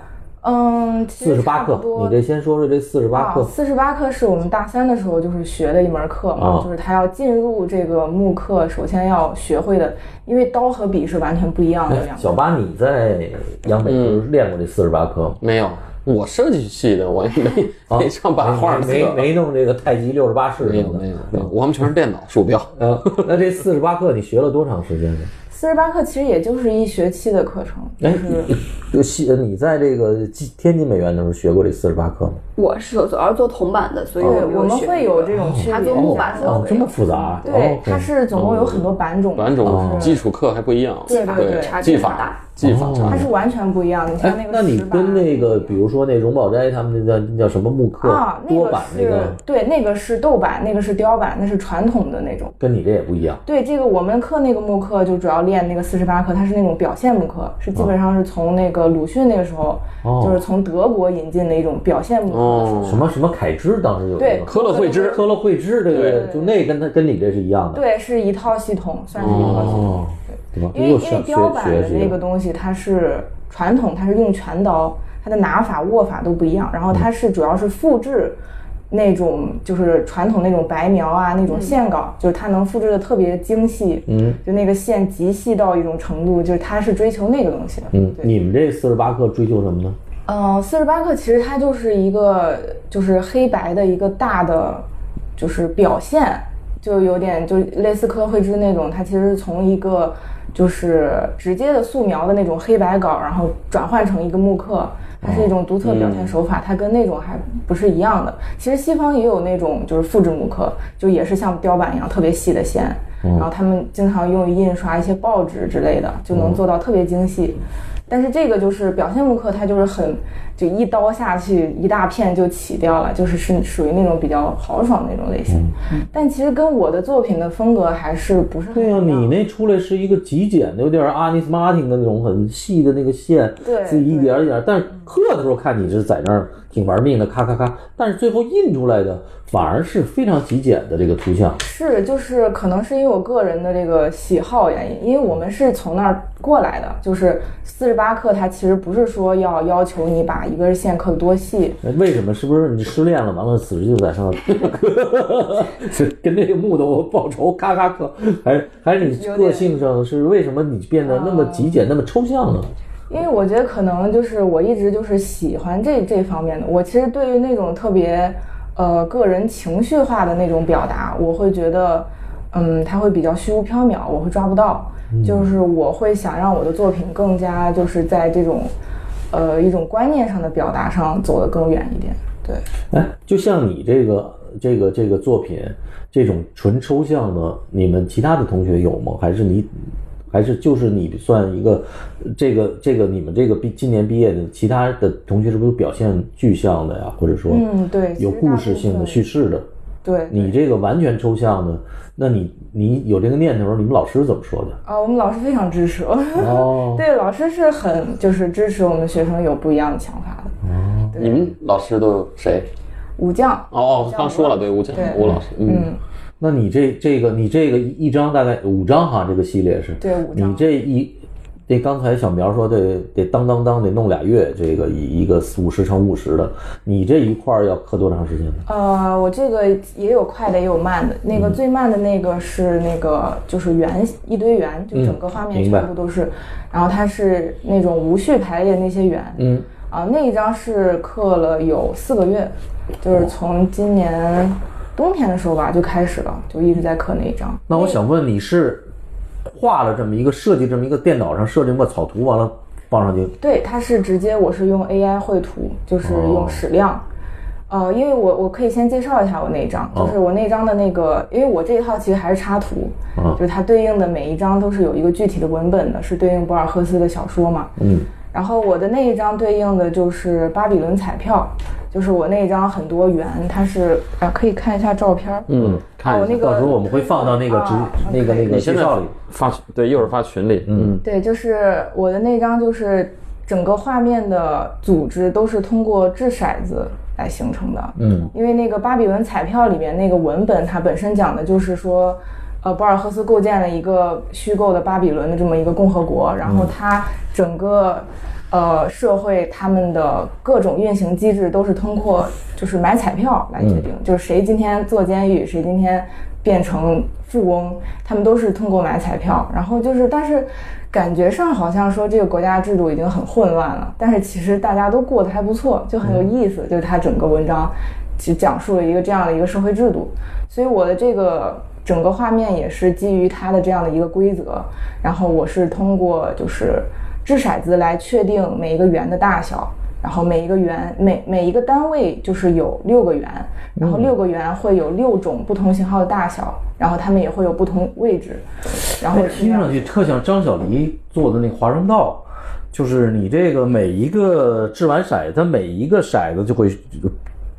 Speaker 7: 嗯，其
Speaker 1: 四
Speaker 7: 实
Speaker 1: 十八
Speaker 7: 差不
Speaker 1: 课，
Speaker 7: 多啊
Speaker 1: 你这先说说这四十八课。
Speaker 7: 四十八课是我们大三的时候就是学的一门课嘛，
Speaker 1: 啊
Speaker 7: 就是他要进入这个木课，首先要学会的，因为刀和笔是完全不一样的两
Speaker 1: 哎小
Speaker 7: 个。
Speaker 1: 八，你在央美就是练过这四十八课吗？
Speaker 2: 没有，我设计系的，我也 *laughs* 没哦没上版画
Speaker 1: 没
Speaker 2: 课，
Speaker 1: 没没弄这个太极六十八式什
Speaker 2: 没有
Speaker 1: 么
Speaker 2: 没哦
Speaker 1: 的。
Speaker 2: 有没有，我们全是电脑鼠标。
Speaker 1: 呃，那这四十八课你学了多长时间呢？
Speaker 7: 四十八课其实也就是一学期的课程，就
Speaker 1: 哎
Speaker 7: 是，
Speaker 1: 就西呃你在这个西天津美院的时候学过这四十八课吗？
Speaker 3: 我是主要是做铜版的，所以
Speaker 7: 对
Speaker 3: 没
Speaker 7: 我们
Speaker 3: 学
Speaker 7: 会
Speaker 3: 那
Speaker 7: 有
Speaker 3: 个
Speaker 7: 这种区别。
Speaker 3: 他做木板的，
Speaker 1: 哦，这么复杂啊。
Speaker 7: 对
Speaker 1: 哦，
Speaker 7: 它是总共有很多版种，
Speaker 2: 两种基础课还不一样，
Speaker 7: 对对对
Speaker 2: 对
Speaker 3: 差距
Speaker 2: 技
Speaker 3: 很
Speaker 2: 法
Speaker 3: 大，
Speaker 2: 技法上
Speaker 7: 它
Speaker 2: 面。
Speaker 7: 是完全不一样的。你像
Speaker 1: 哎
Speaker 7: 那，个
Speaker 1: 那你
Speaker 7: 石板
Speaker 1: 跟那个，比如说那荣宝斋他们那叫那叫什么木刻、
Speaker 7: 啊，那
Speaker 1: 多
Speaker 7: 个
Speaker 1: 板
Speaker 7: 是、
Speaker 1: 那个，
Speaker 7: 对，那个是豆板，那个是雕板，那是传统的那种。
Speaker 1: 跟你这也不一样。
Speaker 7: 对这个，我们课那个木课就主要练那个四十八课，它是那种表现木课，是基本上是从那个鲁迅那个时候，
Speaker 1: 哦
Speaker 7: 就是从德国引进的一种表现木课。
Speaker 2: 哦，
Speaker 1: 什么什么凯之当时有
Speaker 7: 对
Speaker 1: 那个
Speaker 2: 科勒惠之，
Speaker 1: 科勒惠之这个，就那跟他跟你这是一样的。
Speaker 7: 对，是一套系统，算是一套系统。
Speaker 1: 哦，对吧？
Speaker 7: 因为
Speaker 1: 又
Speaker 7: 因为
Speaker 1: 学
Speaker 7: 雕版
Speaker 1: 学
Speaker 7: 的
Speaker 1: 习
Speaker 7: 那个东西，它是传统，它是用拳刀，它的拿法、握法都不一样。然后它
Speaker 1: 嗯
Speaker 7: 是主要是复制那种就是传统那种白描啊，那种线稿，就是它能复制的特别精细。嗯，就那个线极细到一种程度，就是它是追求那个东西的。
Speaker 1: 嗯，
Speaker 7: 对。
Speaker 1: 你们这四十八课追求什么呢？
Speaker 7: 嗯，四十八克其实它就是一个就是黑白的一个大的就是表现，就有点就类似科绘之那种，它其实是从一个就是直接的素描的那种黑白稿，然后转换成一个木刻，它是一种独特表现手法，它跟那种还不是一样的。其实西方也有那种就是复制木刻，就也是像雕版一样特别细的线，
Speaker 1: 嗯
Speaker 7: 然后他们经常用于印刷一些报纸之类的，就
Speaker 1: 嗯
Speaker 7: 能做到特别精细。但是这个就是表现木刻，它就是很就一刀下去，一大片就起掉了，就是是属于那种比较豪爽那种类型。但其实跟我的作品的风格还是不是
Speaker 1: 嗯
Speaker 7: 很
Speaker 1: 对呀、啊
Speaker 7: 一样
Speaker 1: 你那出来是一个极简的，有点阿尼斯马丁的那种很细的那个线，
Speaker 7: 对
Speaker 1: 自己一点一点。但是刻的时候看你是在那儿挺玩命的，咔咔咔，但是最后印出来的反而是非常极简的这个图像。
Speaker 7: 是，就是可能是因为我个人的这个喜好原因，因为我们是从那儿过来的，就是四十八克，它其实不是说要要求你把一个线刻的多细，
Speaker 1: 哎为什么？是不是你失恋了？完了，此时就在上刻， *laughs* 是跟这个木头报仇，咔咔刻，还是还是你
Speaker 7: 有点
Speaker 1: 个性上是为什么你变得那么极简、那么抽象啊呢？
Speaker 7: 因为我觉得可能就是我一直就是喜欢这这方面的。我其实对于那种特别呃个人情绪化的那种表达，我会觉得，嗯，它会比较虚无缥缈，我会抓不到。
Speaker 1: 嗯
Speaker 7: 就是我会想让我的作品更加就是在这种呃一种观念上的表达上走得更远一点。对，
Speaker 1: 哎，就像你这个这个这个作品，这种纯抽象的，你们其他的同学有吗？还是你，还是就是你算一个，这个这个你们这个毕今年毕业的其他的同学是不是表现具象的呀？或者说，
Speaker 7: 嗯对
Speaker 1: 有
Speaker 7: 其实大
Speaker 1: 故事性
Speaker 7: 部
Speaker 1: 的
Speaker 7: 分
Speaker 1: 叙事的。
Speaker 7: 对，
Speaker 1: 你这个完全抽象的，那你你有这个念头的时候，你们老师怎么说的？
Speaker 7: 啊，我们老师非常支持我。
Speaker 1: 哦，
Speaker 7: *laughs* 对，老师是很就是支持我们学生有不一样的想法的。
Speaker 2: 你们老师都有谁？
Speaker 7: 武将，
Speaker 2: 哦，刚说了，对，吴建
Speaker 7: 对
Speaker 2: 吴老师，嗯，
Speaker 1: 那你这这个你这个一张大概五张哈，这个系列是
Speaker 7: 对五张
Speaker 1: 你这一，这刚才小苗说得得当当当得弄俩月，这个一一个五十乘五十的，你这一块儿要刻多长时间呢？
Speaker 7: 呃，我这个也有快的，也有慢的。那个
Speaker 1: 嗯
Speaker 7: 最慢的那个是那个就是圆一堆圆，就整个画面
Speaker 1: 嗯明白
Speaker 7: 全部都是，然后它是那种无序排列那些圆。
Speaker 1: 嗯，
Speaker 7: 啊，那一张是刻了有四个月，就是从今年冬天的时候吧就开始了，就一直在刻那一张。
Speaker 1: 那我想问你是画了这么一个设计这么一个电脑上设计这么个草图，完了放上去，
Speaker 7: 对，它是直接我是用 AI 绘图，就是用矢量。呃，因为我我可以先介绍一下我那一张，就是我那张的那个，因为我这一套其实还是插图，
Speaker 1: 嗯
Speaker 7: 就是它对应的每一张都是有一个具体的文本的，是对应博尔赫斯的小说嘛。
Speaker 1: 嗯，
Speaker 7: 然后我的那一张对应的就是巴比伦彩票，就是我那一张很多圆，它是啊，可以看一下照片。嗯，
Speaker 1: 嗯，
Speaker 2: 看
Speaker 7: 我那个
Speaker 1: 到时候我们会放到那个直、
Speaker 7: 啊
Speaker 1: 那个那个
Speaker 2: 你现
Speaker 1: 介
Speaker 2: 在
Speaker 1: 绍里。
Speaker 2: 发对，一会儿发群里，嗯，
Speaker 7: 对，就是我的那张，就是整个画面的组织都是通过掷骰子来形成的。
Speaker 1: 嗯，
Speaker 7: 因为那个巴比伦彩票里面那个文本，它本身讲的就是说，呃，博尔赫斯构建了一个虚构的巴比伦的这么一个共和国，然后它整个。呃，社会他们的各种运行机制都是通过就是买彩票来决定，就是谁今天坐监狱，谁今天变成富翁，他们都是通过买彩票。然后就是，但是感觉上好像说这个国家制度已经很混乱了，但是其实大家都过得还不错，就很有意思。就是他整个文章只讲述了一个这样的一个社会制度，所以我的这个。整个画面也是基于它的这样的一个规则，然后我是通过就是掷骰子来确定每一个圆的大小，然后每一个圆每每一个单位就是有六个圆，然后六个圆会有六种不同型号的大小，然后它们也会有不同位置，然后
Speaker 1: 哎啊听上去特像张小黎做的那个华容道，就是你这个每一个掷完骰，它每一个骰子就会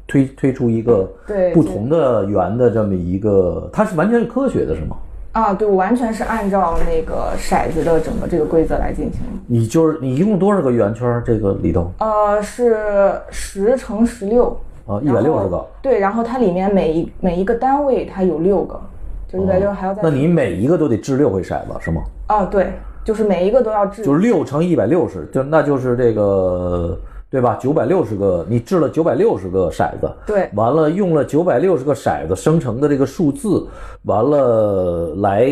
Speaker 1: 推推出一个
Speaker 7: 对
Speaker 1: 不同的圆的这么一个，它是完全是科学的，是吗？
Speaker 7: 啊，对，我完全是按照那个骰子的整个这个规则来进行的。
Speaker 1: 你就是你一共多少个圆圈儿？这个里头
Speaker 7: 呃，是十乘十六，
Speaker 1: 啊，一百六十
Speaker 7: 然
Speaker 1: 个
Speaker 7: 后。对，然后它里面每一每一个单位它有六个，就一百六还要再、
Speaker 1: 哦那你每一个都得掷六回骰子是吗？
Speaker 7: 啊，对，就是每一个都要掷，
Speaker 1: 就是六乘一百六十，就那就是这个对吧？九百六十个，你掷了九百六十个骰子，
Speaker 7: 对
Speaker 1: 完了用了九百六十个骰子生成的这个数字，完了来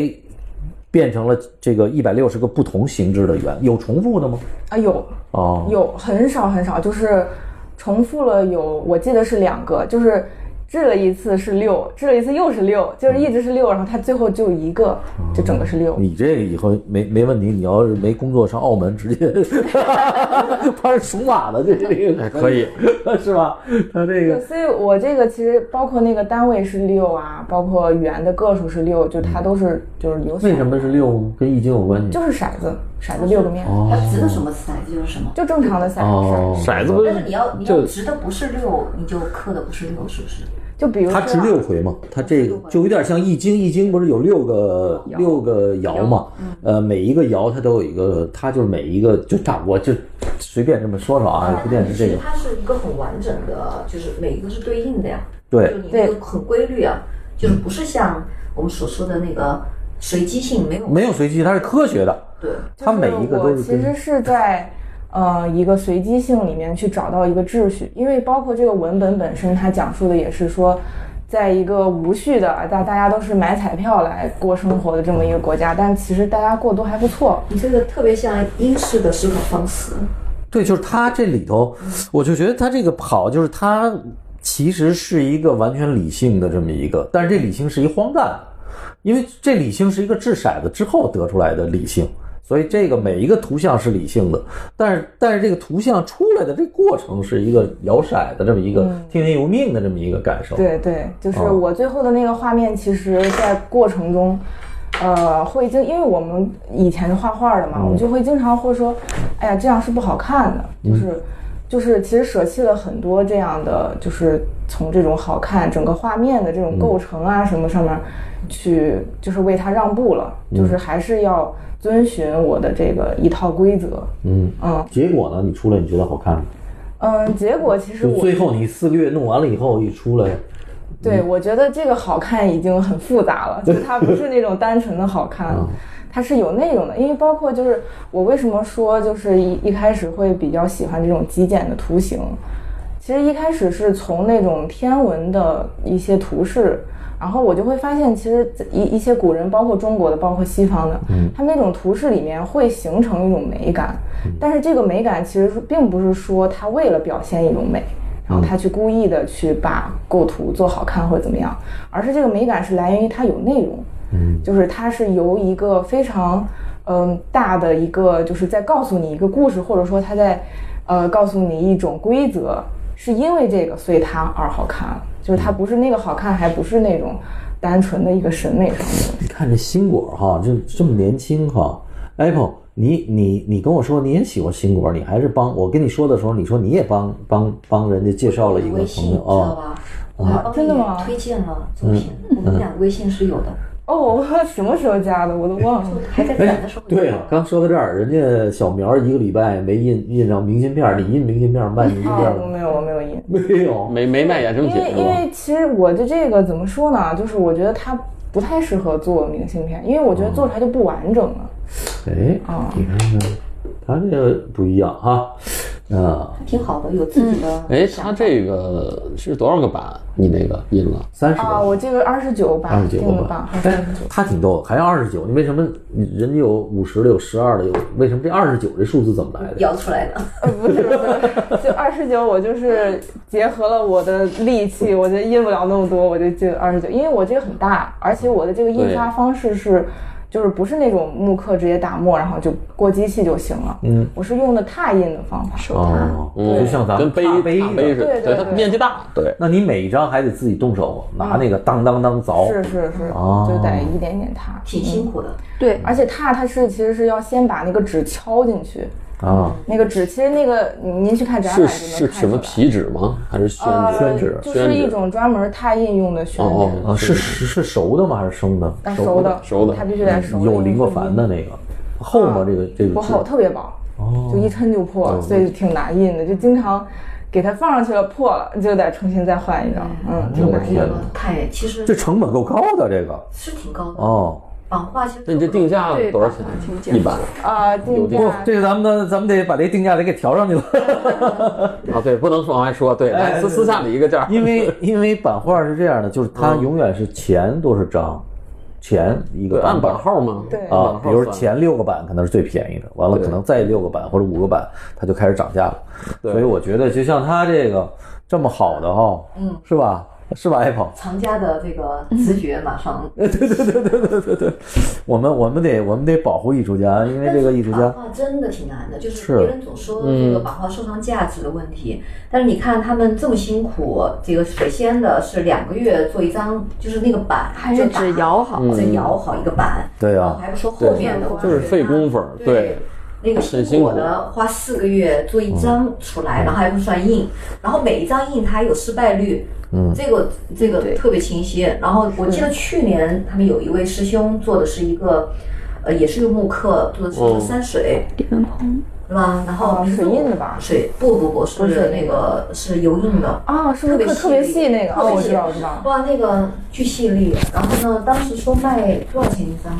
Speaker 1: 变成了这个一百六十个不同形制的圆，有重复的吗？
Speaker 7: 啊有
Speaker 1: 哦，
Speaker 7: 有很少很少，就是重复了有，我记得是两个，就是掷了一次是六，掷了一次又是六，就是一直是六，然后它最后就一
Speaker 1: 哦
Speaker 7: 个，就整个是六。
Speaker 1: 你这个以后没没问题，你要是没工作上澳门，直接 *laughs* 他是属马的，这这个
Speaker 2: 哎可以，
Speaker 1: *laughs* 是吧？他这
Speaker 7: 对，
Speaker 1: 个
Speaker 7: 所以我这个其实包括那个单位是六啊，包括圆的个数是六，就它都是就是有
Speaker 1: 嗯为
Speaker 7: 骰
Speaker 1: 什
Speaker 7: 子，
Speaker 1: 么是六跟易经有关系？
Speaker 7: 就是骰子，骰子六个面，
Speaker 1: 哦
Speaker 4: 它值的什么骰子就是什么。
Speaker 7: 就正常的骰
Speaker 1: 哦
Speaker 7: 子。，
Speaker 2: 骰子不
Speaker 4: 但是你要你要
Speaker 2: 就
Speaker 4: 值的不是六，你就刻的不是六，是不是？
Speaker 7: 就比如说
Speaker 1: 它值六回嘛，它这个就有点像易经，易经不是有六个
Speaker 7: 嗯
Speaker 1: 六个爻嘛？呃，每一个爻它都有一个，它就是每一个就差我就随便这么说说
Speaker 7: 哎
Speaker 1: 啊，不见得这个
Speaker 4: 它是一个很完整的，就是每一个是对应的呀。就
Speaker 1: 对
Speaker 4: 你那个很规律啊，就是不是像我们所说的那个随机性没有
Speaker 1: 没有随机，它是科学的，
Speaker 4: 对，
Speaker 1: 它每一个都
Speaker 7: 就是是我其
Speaker 1: 跟
Speaker 7: 实是在呃一个随机性里面去找到一个秩序，因为包括这个文本本身，它讲述的也是说，在一个无序的大大家都是买彩票来过生活的这么一个国家，但其实大家过得都还不错。
Speaker 4: 你这个特别像英式的思考方式，
Speaker 1: 对，就是它这里头，我就觉得它这个好，就是它其实是一个完全理性的这么一个，但是这理性是一荒诞，因为这理性是一个掷骰子之后得出来的理性，所以这个每一个图像是理性的，但是但是这个图像出来的这过程是一个摇骰的这么一个听天由命的这么一个感受。
Speaker 7: 嗯对对，就是
Speaker 1: 哦
Speaker 7: 我最后的那个画面，其实在过程中，呃，会经，因为我们以前是画画的嘛，
Speaker 1: 嗯
Speaker 7: 我们就会经常会说，哎呀，这样是不好看的，
Speaker 1: 嗯
Speaker 7: 就是。就是其实舍弃了很多这样的，就是从这种好看整个画面的这种构成啊什么上面
Speaker 1: 嗯
Speaker 7: 去，就是为它让步了，就是还是要遵循我的这个一套规则。
Speaker 1: 嗯
Speaker 7: 嗯
Speaker 1: 结果呢？你出来你觉得好看吗？
Speaker 7: 嗯，结果其实
Speaker 1: 就
Speaker 7: 我
Speaker 1: 最后你四个月弄完了以后一出来，
Speaker 7: 对，我觉得这个好看已经很复杂了，就它不是那种单纯的好看，它是有内容的。因为包括就是我为什么说就是一一开始会比较喜欢这种极简的图形，其实一开始是从那种天文的一些图示。然后我就会发现，其实一一些古人，包括中国的，包括西方的，他们那种图示里面会形成一种美感，但是这个美感其实是并不是说他为了表现一种美，然后他去故意的去把构图做好看或者怎么样，而是这个美感是来源于它有内容，嗯，就是它是由一个非常嗯大的一个，就是在告诉你一个故事，或者说它在呃告诉你一种规则，是因为这个所以呃它而好看，就是它不是那个好看，还不是那种单纯的一个审美上的东西。
Speaker 1: 你看这新果儿哈，这这么年轻哈，Apple，你你你跟我说你也喜欢新果儿，你还是帮我跟你说的时候，你说你也帮帮帮人家介绍了一个
Speaker 4: 微
Speaker 1: 朋
Speaker 4: 信你
Speaker 1: 友
Speaker 4: 知道
Speaker 1: 啊，嗯
Speaker 4: 吧？我还帮
Speaker 7: 真的吗
Speaker 4: 你推荐了作品，我们俩微信是有的，
Speaker 7: 哦，我什么时候加的我都忘了。
Speaker 4: 还在攒的时候。
Speaker 1: 对啊，刚说到这儿，人家小苗一个礼拜没印印上明信片儿，你印明信片儿卖明信片
Speaker 7: 啊，我
Speaker 1: 儿
Speaker 7: *laughs* 没有，我没有印。
Speaker 1: 没有？
Speaker 2: 没没卖衍生
Speaker 7: 因
Speaker 2: 品
Speaker 7: 为
Speaker 2: 是
Speaker 7: 因
Speaker 2: 吧？
Speaker 7: 为其实我的这个怎么说呢，就是我觉得它不太适合做明信片，因为我觉得做出来就不完整了。
Speaker 1: 哎，
Speaker 7: 啊、
Speaker 1: 你看看，他这个不一样哈，啊，
Speaker 4: 挺好的，有自己
Speaker 1: 嗯
Speaker 4: 的。
Speaker 2: 哎，它这个是多少个版？你那个印了？
Speaker 1: 三十
Speaker 7: 啊，
Speaker 1: 个。
Speaker 7: 我这个二十九版
Speaker 1: 二十九
Speaker 7: 定的
Speaker 1: 个
Speaker 7: 版
Speaker 1: 吧，
Speaker 7: 号是
Speaker 1: 哎，他挺逗，还要二十九，你为什么人家有五十的，有十二的，有为什么这二十九这数字怎么来的？
Speaker 4: 摇出来的，
Speaker 7: 呃，不是不是，就二十九，我就是结合了我的力气，我觉得印不了那么多，我就就二十九，因为我这个很大，而且我的这个印刷方式是。就是不是那种木刻直接打墨，然后就过机器就行了。
Speaker 1: 嗯，
Speaker 7: 我是用的拓印的方法。
Speaker 1: 哦，
Speaker 2: 嗯
Speaker 1: 就像咱们
Speaker 2: 跟
Speaker 1: 大
Speaker 2: 杯大
Speaker 1: 一
Speaker 2: 杯
Speaker 1: 样
Speaker 2: 似的，
Speaker 7: 对对
Speaker 2: 它
Speaker 7: 对
Speaker 2: 面积大，对，
Speaker 1: 那你每一张还得自己动手拿那个当当当凿，
Speaker 7: 是是是，
Speaker 1: 哦
Speaker 7: 就得一点点拓。嗯
Speaker 4: 挺辛苦的。
Speaker 3: 对，
Speaker 7: 而且踏它是其实是要先把那个纸敲进去，
Speaker 1: 啊，
Speaker 7: 那个纸，其实那个您去看展
Speaker 2: 是
Speaker 7: 览就能看出
Speaker 2: 是
Speaker 7: 来。
Speaker 2: 什么皮纸吗？还是宣
Speaker 7: 呃，
Speaker 2: 纸？
Speaker 1: 纸
Speaker 7: 就是一种专门拓印用的宣纸，
Speaker 2: 哦哦
Speaker 1: 啊，是是是熟的吗？还是生的？嗯
Speaker 7: 啊熟的，
Speaker 2: 熟的
Speaker 7: 它必须得熟的。
Speaker 1: 有林克凡的那个哦厚吗？这个这个
Speaker 7: 不厚，
Speaker 1: 纸
Speaker 7: 特别薄，就一抻就破，所以挺难印的，就经常给它放上去了破了，就得重新再换一张，嗯，挺
Speaker 1: 哎我
Speaker 7: 难
Speaker 1: 天
Speaker 7: 印。
Speaker 1: 哪，
Speaker 4: 太其实
Speaker 1: 这成本够高的这个
Speaker 4: 是挺高的，
Speaker 1: 哦。
Speaker 4: 版画其实
Speaker 2: 那你这定价多少钱？一百
Speaker 7: 啊，定价
Speaker 1: 不，这个咱们咱们得把这定价得给调上去了。
Speaker 2: 啊？对，不能往外说。对，
Speaker 1: 哎
Speaker 2: 来私私下里一个价。
Speaker 1: 因为因为版画是这样的，就是它永远是前多少张，前一
Speaker 2: 对
Speaker 1: 个
Speaker 2: 按版
Speaker 1: 本
Speaker 2: 号吗？
Speaker 7: 对
Speaker 1: 啊，比
Speaker 2: 按
Speaker 1: 如
Speaker 2: 版号算
Speaker 1: 前六个版可能是最便宜的，完了
Speaker 2: 对
Speaker 1: 可能再六个版或者五个版，它就开始涨价了。
Speaker 2: 对
Speaker 1: 所以我觉得就像它这个这么好的哈，嗯，是吧？是吧，Apple？
Speaker 4: 藏家的这个
Speaker 3: 嗯
Speaker 4: 直觉马
Speaker 1: 嗯
Speaker 4: 上，
Speaker 1: 我们我们得我们得保护艺术家，因为这个艺术
Speaker 4: 版
Speaker 1: 家嗯
Speaker 4: 画真的挺难的，就是是别人总说这个版画收藏价值的问题，但是你看他们这么辛苦，这个水仙的是两个月做一张，就是那个版
Speaker 3: 还是只
Speaker 4: 摇，
Speaker 3: 摇好。
Speaker 1: 嗯
Speaker 4: 只摇好一个版，
Speaker 1: 对
Speaker 4: 然后
Speaker 1: 啊，
Speaker 4: 还不说后面的，
Speaker 2: 就是费工夫儿。对
Speaker 4: 对，那个辛苦我的花四个月做一张
Speaker 2: 嗯
Speaker 4: 出来，然后还不算印，然后每一张印它有失败率，嗯，这个这个特别清晰。然后我记得去年他们有一位师兄做的是一个，呃，也是用木刻做的是
Speaker 2: 哦
Speaker 4: 一个山水，
Speaker 3: 李文空，
Speaker 4: 是吧？然后
Speaker 7: 哦水印的吧
Speaker 4: 水不不不
Speaker 7: 不是
Speaker 4: 是那个是油印的
Speaker 7: 啊，是不是特特别细那个？
Speaker 4: 特
Speaker 7: 哦，
Speaker 4: 别
Speaker 7: 我
Speaker 4: 细
Speaker 7: 知道，我知道。
Speaker 4: 哇，那个巨细粒。然后呢，当时说卖多少钱一张？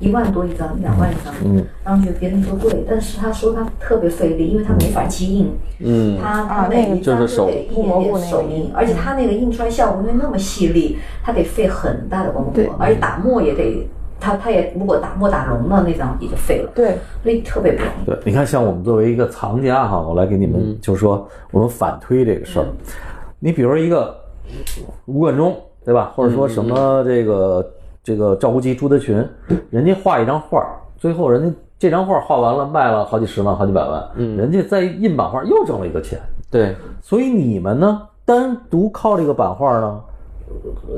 Speaker 4: 一万多一张，两万一张。嗯，然后觉得别人说贵，但是他说他特别费力，因为他没法机印。嗯，他
Speaker 7: 啊
Speaker 4: 他每
Speaker 7: 那个
Speaker 4: 一张
Speaker 2: 就
Speaker 4: 都
Speaker 2: 是手
Speaker 4: 得一
Speaker 7: 护
Speaker 4: 点
Speaker 7: 蘑菇那
Speaker 4: 点
Speaker 7: 个
Speaker 4: 手
Speaker 7: 印嗯
Speaker 4: 印，而且他那个印出来效果因为那么细粒，他得费很大的功夫
Speaker 3: 对，
Speaker 4: 而且打墨也得。他他也如果打墨打溶了那张也就废了，
Speaker 7: 对，
Speaker 4: 所以特别不容易。
Speaker 1: 对，你看，像我们作为一个藏家哈，我来给你们就是说，我们反推这个事儿。你比如说一个吴冠中，对吧？或者说什么这个这个赵无极、朱德群，人家画一张画，最后人家这张画画完了，卖了好几十万、好几百万，人家在印版画又挣了一个钱。
Speaker 2: 对，
Speaker 1: 所以你们呢，单独靠这个版画呢，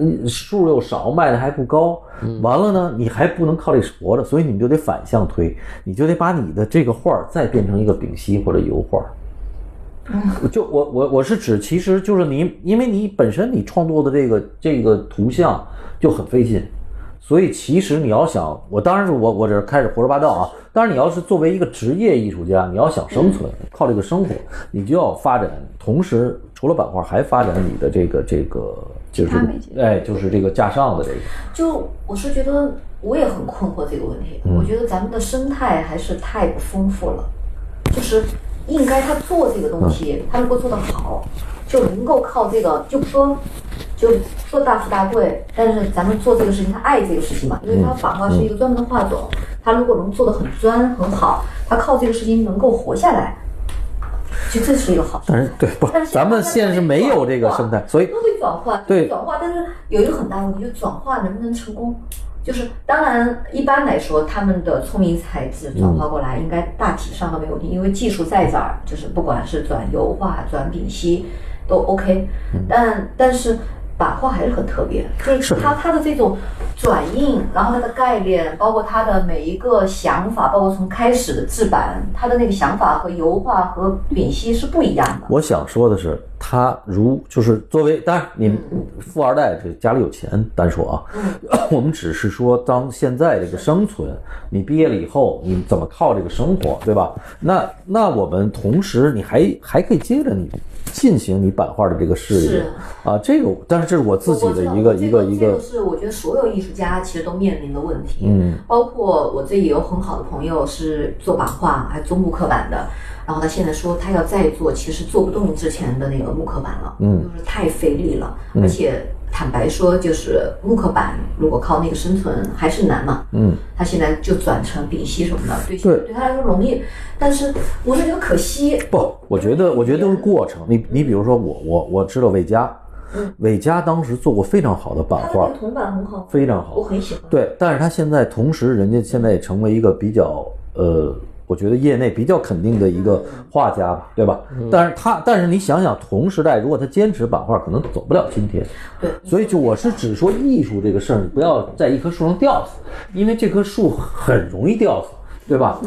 Speaker 1: 呃数又少，卖的还不高，完了呢，你还不能靠这活着，所以你们就得反向推，你就得把你的这个画儿再变成一个丙烯或者油画儿。就我我我是指，其实就是你，因为你本身你创作的这个这个图像就很费劲，所以其实你要想，我当然是我我这开始胡说八道啊。当然你要是作为一个职业艺术家，你要想生存，靠这个生活，你就要发展，同时除了版画，还发展你的这个这个就是
Speaker 3: 其他媒介
Speaker 1: 哎，就是这个架上的这个。
Speaker 4: 就我是觉得我也很困惑这个问题，我觉得咱们的生态还是太不丰富了，就是应该他做这个东西，他如果做得好，就能够靠这个，就不说。就不说大富大贵，但是咱们做这个事情，他爱这个事情嘛，因为他版画是一个专门的画种，他如果能做得很专很好，他靠这个事情能够活下来，就这是一个好事。
Speaker 1: 但是对不
Speaker 4: 但，是
Speaker 1: 咱们现在是没有这个生态，所以
Speaker 4: 都会转化，
Speaker 1: 对
Speaker 4: 转化，但是有一个很大问题，就是转化能不能成功？就是当然，一般来说，他们的聪明才智
Speaker 1: 嗯
Speaker 4: 转化过来，应该大体上都没有问题，因为技术在这儿，就是不管是转油画、转丙烯都 OK，但
Speaker 1: 嗯
Speaker 4: 但是。版画还是很特别，就是它它的这种转印，然后它的概念，包括它的每一个想法，包括从开始的制版，它的那个想法和油画和丙烯是不一样的。
Speaker 1: 我想说的是，他如就是作为，当然你们富二代这家里有钱单说啊，
Speaker 4: 嗯
Speaker 1: *coughs* 我们只是说当现在这个生存，你毕业了以后你怎么靠这个生活，对吧？那那我们同时你还还可以接着你进行你版画的这个事业
Speaker 4: 是
Speaker 1: 啊，这个但是这是我自己的一
Speaker 4: 我
Speaker 1: 个
Speaker 4: 我知道
Speaker 1: 一个
Speaker 4: 这
Speaker 1: 一
Speaker 4: 这
Speaker 1: 个
Speaker 4: 个是我觉得所有艺术家其实都面临的问题。嗯，包括我这里有很好的朋友是做版画，还做木刻板的，然后他现在说他要再做，其实做不动之前的那个木刻板了，嗯，就是太费力了，
Speaker 1: 嗯
Speaker 4: 而且。坦白说，就是木刻板，如果靠那个生存还是难嘛。嗯，他现在就转成丙烯什么的，对
Speaker 1: 对
Speaker 4: 对他来说容易，但是我是觉得可惜。
Speaker 1: 不，我觉得，我觉得都是过程。你你比如说我我我知道魏佳，魏佳当时做过非常好的版
Speaker 4: 嗯他的那
Speaker 1: 画
Speaker 4: 个，铜板很好，
Speaker 1: 非常好，
Speaker 4: 我很喜欢。
Speaker 1: 对，但是他现在同时，人家现在也成为一个比较呃，我觉得业内比较肯定的一个画家吧，对吧？但是他，但是你想想，同时代如果他坚持版画，可能走不了今天。
Speaker 4: 对，
Speaker 1: 所以就我是只说艺术这个事儿，你不要在一棵树上吊死，因为这棵树很容易吊死。对吧？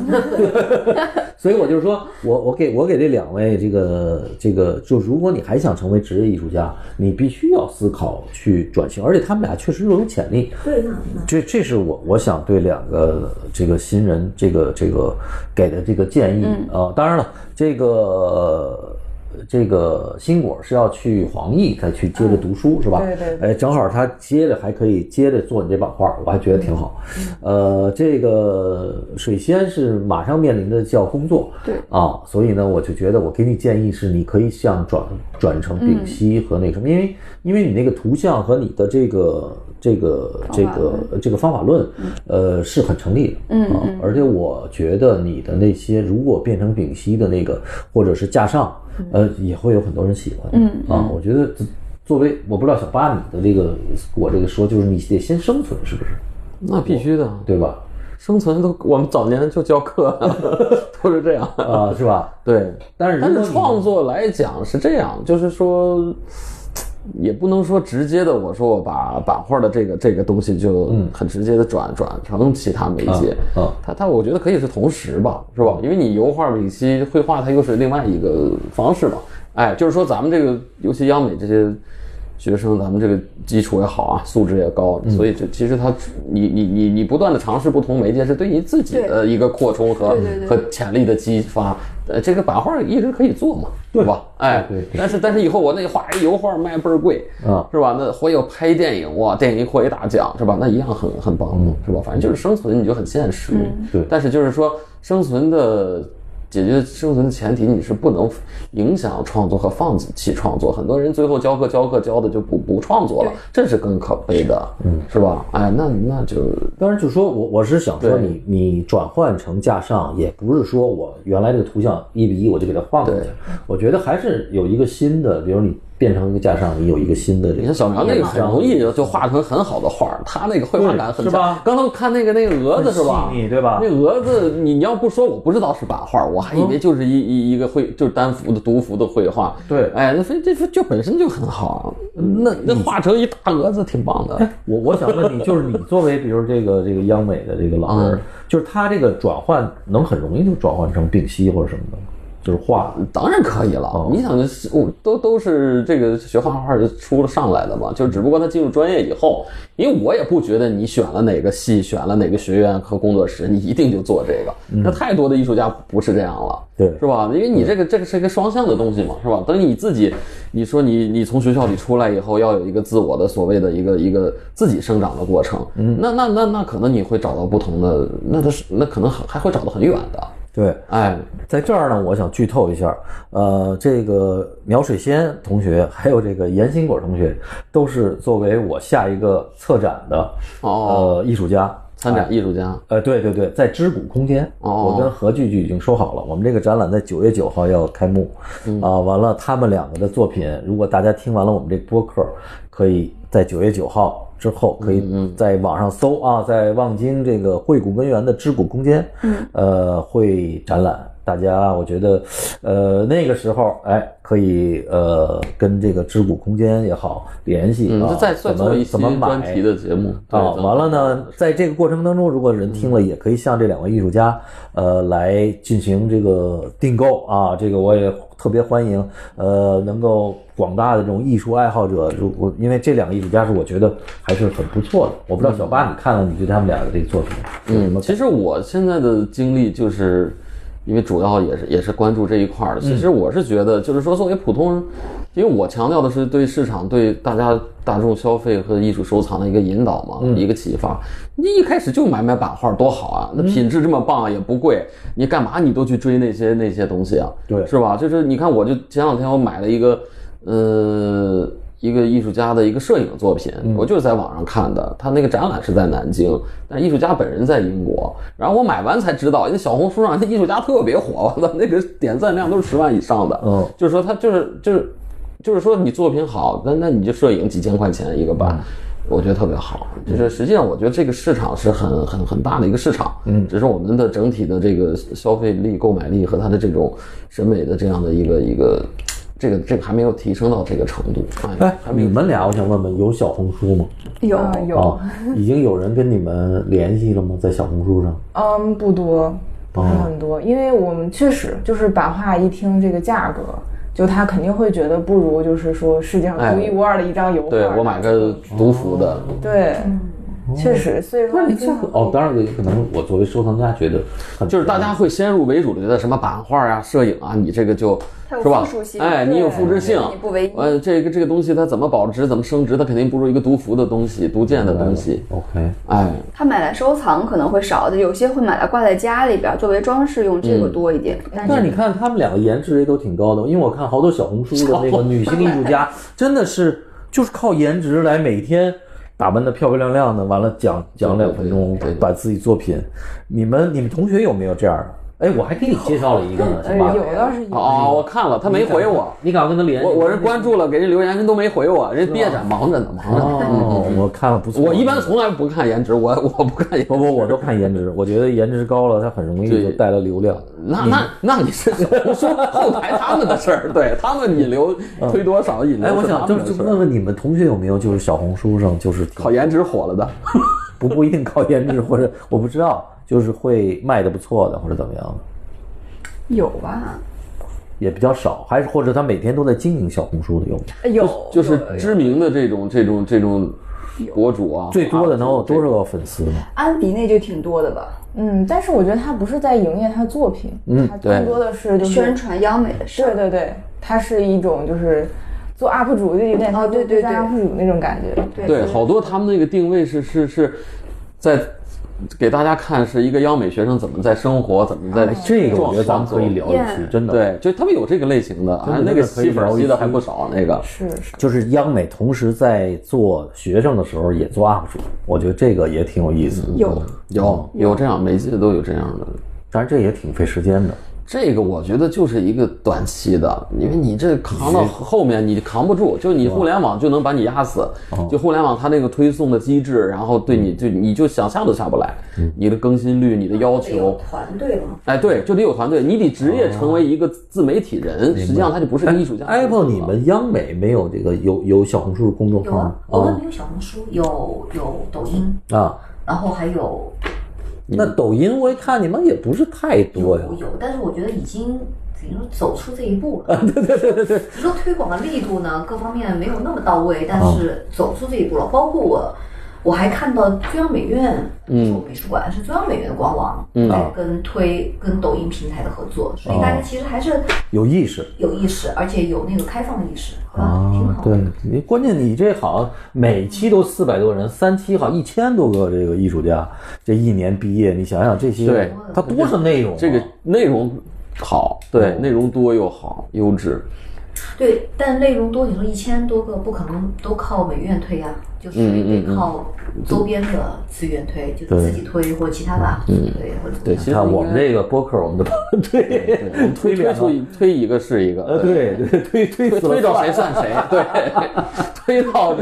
Speaker 1: 所以我就是说我我给我给这两位这个这个，就如果你还想成为职业艺术家，你必须要思考去转型，而且他们俩确实又有潜力。
Speaker 6: 对呢，
Speaker 1: 这这是我我想对两个这个新人这个这个给的这个建议
Speaker 7: 嗯
Speaker 1: 啊、呃。当然了，这个。这个新果是要去黄奕，再去接着读书、是吧？
Speaker 7: 嗯对对
Speaker 1: 哎，正好他接着还可以接着做你这版画，我还觉得挺好。
Speaker 3: 嗯
Speaker 1: 呃，这个水仙是马上面临的叫工作，
Speaker 3: 对
Speaker 1: 啊，所以呢，我就觉得我给你建议是，你可以像转转成
Speaker 3: 嗯
Speaker 1: 丙烯和那个什么，因为因为你那个图像和你的这个这个这个这个方法论，呃，是很成立的，
Speaker 3: 嗯
Speaker 1: 啊，而且我觉得你的那些如果变成丙烯的那个，或者是架上。呃，也会有很多人喜欢。
Speaker 3: 嗯
Speaker 1: 啊，我觉得作为我不知道小八你的这个我这个说，就是你得先生存，是不是？
Speaker 2: 那必须的，
Speaker 1: 对
Speaker 2: *laughs*
Speaker 1: 吧？
Speaker 2: 生存都我们早年就教课， *laughs* 都是这样。
Speaker 1: 啊，是吧？
Speaker 2: 对，
Speaker 1: 但是
Speaker 2: 但
Speaker 1: 如果
Speaker 2: 是
Speaker 1: 你
Speaker 2: 创作来讲是这样，就是说，也不能说直接的，我说我把版画的这个这个东西就很直接的转、转成其他媒介，
Speaker 1: 嗯啊啊
Speaker 2: 它它我觉得可以是同时吧，是吧？因为你油画、丙烯、绘画，它又是另外一个方式嘛。哎，就是说咱们这个，尤其央美这些。学生，咱们这个基础也好啊，素质也高，
Speaker 1: 嗯
Speaker 2: 所以这其实他，你你你你不断的尝试不同媒介，是对你自己的一个扩充和
Speaker 3: 对对对
Speaker 2: 和潜力的激发。呃，这个版画一直可以做嘛，对吧？哎，
Speaker 1: 对对
Speaker 2: 但是但是以后我那画一油画卖倍儿贵，
Speaker 1: 啊
Speaker 2: 是吧？那我有拍电影，哇，电影获一大奖，是吧？那一样很很棒，是吧？反正就是生存，你就很现实。
Speaker 1: 对
Speaker 2: 但是就是说生存的。解决生存的前提，你是不能影响创作和放弃创作。很多人最后教课教课教的就不不创作了，这是更可悲的，嗯，是吧？哎，那那就
Speaker 1: 当然，就说我我是想说
Speaker 2: 对
Speaker 1: 你，你转换成架上，也不是说我原来这个图像一比一我就给它换过去
Speaker 2: 对，
Speaker 1: 我觉得还是有一个新的，比如你变成一个架上，你有一个新的这个。
Speaker 2: 你看小苗
Speaker 1: 哎
Speaker 2: 那个很容易就就画成很好的画儿，他那个绘画感很
Speaker 1: 对是吧
Speaker 2: 强。刚才我看那个那个蛾子是吧？
Speaker 1: 很细腻对吧嗯
Speaker 2: 那蛾子你你要不说我不知道是版画，我还以为就是一一一个绘就是单幅的独幅的绘画。
Speaker 1: 对嗯
Speaker 2: 哎，那非这这就本身就很好，那那画成一大蛾子挺棒的。
Speaker 1: 我我想问你，就是你作为比如这
Speaker 2: *laughs*
Speaker 1: 个这个央美的这个老师
Speaker 2: 嗯，
Speaker 1: 就是他这个转换能很容易就转换成丙烯或者什么的吗，就是画
Speaker 2: 当然可以了，你想，我都都是这个学画画就出了上来的嘛，就只不过他进入专业以后，因为我也不觉得你选了哪个系，选了哪个学院和工作室，你一定就做这个。那太多的艺术家不是这样了，
Speaker 1: 对
Speaker 2: 是吧？因为你这个这个是一个双向的东西嘛，是吧？等你自己，你说你你从学校里出来以后，要有一个自我的所谓的一个一个自己生长的过程，那那那那可能你会找到不同的，那他是那可能还还会找到很远的，
Speaker 1: 对。
Speaker 2: 哎，
Speaker 1: 在这儿呢，我想剧透一下，呃，这个苗水仙同学还有这个严新果同学，都是作为我下一个策展的
Speaker 2: 哦
Speaker 1: 呃艺术家
Speaker 2: 参展艺术家。
Speaker 1: 呃，对对对，在知谷空间，
Speaker 2: 哦
Speaker 1: 我跟何剧剧已经说好了，我们这个展览在九月九号要开幕，
Speaker 2: 嗯
Speaker 1: 啊，完了他们两个的作品，如果大家听完了我们这播客，可以在九月九号之后，可
Speaker 2: 嗯
Speaker 1: 以在网上搜啊，在望京这个惠谷根源的知谷空间，
Speaker 2: 嗯
Speaker 1: 呃，会展览。大家，我觉得，呃，那个时候，哎，可以，呃，跟这个知谷空间也好联系
Speaker 2: 嗯，
Speaker 1: 啊
Speaker 2: 就，再再
Speaker 1: 怎么
Speaker 2: 做一期
Speaker 1: 怎么买
Speaker 2: 专题的节目对嗯
Speaker 1: 啊，
Speaker 2: 咱们
Speaker 1: 完了呢，在这个过程当中，如果人听了，也可以向这两位艺术家，呃，来进行这个订购啊。这个我也特别欢迎，呃，能够广大的这种艺术爱好者，如果因为这两个艺术家是我觉得还是很不错的。我不知道小八你看了，你对他们俩的这个作品有什么
Speaker 2: 嗯，？其实我现在的经历就是，因为主要也是也是关注这一
Speaker 1: 嗯
Speaker 2: 块儿的。其实我是觉得，就是说作为普通人，因为我强调的是对市场、对大家大众消费和艺术收藏的一个引导嘛，
Speaker 1: 嗯
Speaker 2: 一个启发。你一开始就买买版画多好啊，
Speaker 1: 嗯
Speaker 2: 那品质这么棒、啊、也不贵，你干嘛你都去追那些那些东西啊？
Speaker 1: 对
Speaker 2: 是吧？就是你看，我就前两天我买了一个，呃，一个艺术家的一个摄影作品，我就是在网上看的。他那个展览是在南京，但艺术家本人在英国。然后我买完才知道，那小红书上那艺术家特别火，我操，那个点赞量都是十万以上的。
Speaker 1: 嗯
Speaker 2: 就是说他就是就是就是说你作品好，那那你就摄影几千块钱一个吧。我觉得特别好，就是实际上我觉得这个市场是很很很大的一个市场，嗯，只是我们的整体的这个消费力、购买力和它的这种审美的这样的一个一个这个这个还没有提升到这个程度。
Speaker 1: 哎，你们俩，我想问问，有小红书吗？
Speaker 3: 有
Speaker 7: 啊有
Speaker 1: 啊，已经有人跟你们联系了吗？在小红书上？
Speaker 7: 嗯，不多，不是
Speaker 1: 哦
Speaker 7: 很多，因为我们确实就是版画一听这个价格，就他肯定会觉得不如就是说世界上
Speaker 2: 哎
Speaker 7: 独一无二的一张油画。
Speaker 2: 对我买个独幅的，
Speaker 7: 对，确实，所以说
Speaker 1: 那你
Speaker 7: 最
Speaker 1: 价
Speaker 7: 后
Speaker 1: 格哦，当然也可能我作为收藏家觉得很
Speaker 2: 就是大家会先入为主的觉得什么版画啊、摄影啊，你这个就
Speaker 3: 它有
Speaker 2: 是吧
Speaker 3: 附属？性
Speaker 2: 哎，
Speaker 3: 对
Speaker 2: 你有复制性
Speaker 3: 你不唯一，
Speaker 2: 呃，这个这个东西它怎么保值、怎么升值，它肯定不如一个独幅的东西、独建的东西。
Speaker 1: OK，
Speaker 2: 哎，
Speaker 3: 他买来收藏可能会少的，有些会买来挂在家里边儿作为装饰用，
Speaker 2: 嗯
Speaker 3: 这个多一点。
Speaker 1: 但是你看他们两个颜值也都挺高的，因为我看好多小红书的 *laughs* 那个女性艺术家，真的是就是靠颜值来每天打扮的漂漂亮亮的，完了讲讲两分钟
Speaker 2: 对对对，
Speaker 1: 把自己作品。你们你们同学有没有这样的？哎，我还给你介绍了一个
Speaker 2: 哎
Speaker 1: 呢，行吧？
Speaker 7: 呃有倒
Speaker 1: 啊
Speaker 3: 嗯
Speaker 7: 是有，
Speaker 2: 哦，我看了，他没回我，
Speaker 1: 你敢跟他联系
Speaker 2: 我
Speaker 1: 吗？
Speaker 2: 我是关注了，给人留言，人都没回我，人毕业展忙着呢，忙着呢。
Speaker 1: 哦，我看了不错。
Speaker 2: 我一般从来不看颜值，我我不看颜值
Speaker 1: 不。不，我都看颜值，我觉得颜值高了，它很容易
Speaker 2: 对
Speaker 1: 就带来流量。
Speaker 2: 那那那你是小红书后台他们的事儿，对他们引流推多少引流
Speaker 1: 哎，我
Speaker 2: 是他们的事儿，
Speaker 1: 想就是问问你们同学有没有就是小红书上就是挺
Speaker 2: 靠颜值火了的。
Speaker 1: 不不一定靠颜值，或者我不知道，就是会卖的不错的，或者怎么样的，
Speaker 7: 有吧？
Speaker 1: 也比较少，还是或者他每天都在经营小红书的有吗？
Speaker 7: 呃有，
Speaker 2: 就是知名的这种这种这种博主啊，
Speaker 1: 最多的能有多少个粉丝呢？
Speaker 6: 安迪那就挺多的吧？
Speaker 7: 嗯，但是我觉得他不是在营业他作品，
Speaker 1: 嗯
Speaker 7: 他
Speaker 2: 对
Speaker 7: 更多的是就是
Speaker 2: 嗯
Speaker 3: 宣传央美的事
Speaker 7: 对
Speaker 3: 儿，
Speaker 7: 对对，它是一种就是做 UP 主就有点
Speaker 3: 哦对对
Speaker 7: 像
Speaker 3: 对
Speaker 7: UP 主那种感觉，
Speaker 3: 对
Speaker 2: 对，好多他们那个定位是是是在给大家看是一个央美学生怎么在生活，怎么在
Speaker 1: 哎这个我觉得咱们可以
Speaker 2: 创作。
Speaker 1: 聊一期，
Speaker 3: Yeah
Speaker 1: 真的。，
Speaker 2: 对，就他们有这个类型的，
Speaker 1: 真的
Speaker 2: 啊，那
Speaker 1: 真
Speaker 2: 个
Speaker 1: 的可以
Speaker 2: 吸粉
Speaker 1: 聊一
Speaker 2: 吸的还
Speaker 1: 期
Speaker 2: 不少，那个
Speaker 7: 是是，
Speaker 1: 就是央美同时在做学生的时候也做 UP 主，我觉得这个也挺有意思的。
Speaker 7: 有
Speaker 2: 有有这样，每季都有这样的。
Speaker 1: 当然这也挺费时间的。
Speaker 2: 这个我觉得就是一个短期的，因为你这扛到后面你扛不住，就你互联网就能把你压死，
Speaker 1: 哦
Speaker 2: 就互联网它那个推送的机制，然后对你
Speaker 1: 嗯
Speaker 2: 就你就想下都下不来，你的更新率、你的要求，
Speaker 6: 啊团队了，
Speaker 2: 哎，对，就得有团队，你得职
Speaker 1: 哦
Speaker 2: 业成为一个自媒体人，实际上他就不是个艺术家。
Speaker 1: 哎 Apple，你们央美没有这个有有小红书公众
Speaker 6: 有
Speaker 1: 号
Speaker 6: 啊
Speaker 1: 吗，
Speaker 6: 我们没有小红书，有有抖音，
Speaker 1: 啊？
Speaker 6: 然后还有
Speaker 1: 那抖音我一看你们也不是太多呀
Speaker 6: 有。有，但是我觉得已经。比如走出这一步了，啊对对对啊对对，一个推广的力度呢，各方面没有那么到位，但是走出这一步了。包括我，我还看到中央美院，嗯，美术馆是中央美院的官网，嗯，哦在跟推跟抖音平台的合作，所以大家其实还是
Speaker 1: 有意识
Speaker 6: 有意识，而且有那个开放的意识，啊，挺
Speaker 1: 啊
Speaker 6: 好，的。
Speaker 1: 对你关键你这好像每期都四百多人，三期好像一千多个这个艺术家，这一年毕业，你想想这些，
Speaker 2: 对
Speaker 1: 他多少内容、啊？
Speaker 2: 这个内容好，对
Speaker 1: 哦，
Speaker 2: 内容多又好，优质。
Speaker 6: 对，但内容多，你说一千多个不可能都靠美院推呀、啊就是
Speaker 2: 嗯
Speaker 6: 得靠周边的资源推，就是自己推或者其他的，对，或者
Speaker 2: 嗯对，其
Speaker 1: 你
Speaker 2: 实
Speaker 1: 看我
Speaker 2: 应
Speaker 1: 们
Speaker 2: 该
Speaker 1: 这个播客，我们的对
Speaker 2: 推推
Speaker 1: 两
Speaker 2: 出
Speaker 1: 个，
Speaker 2: 一推一个是一个，
Speaker 1: 呃， *laughs* 对对推推
Speaker 2: *laughs* 推
Speaker 1: 死了
Speaker 2: 推到谁算谁， *laughs* 对，推到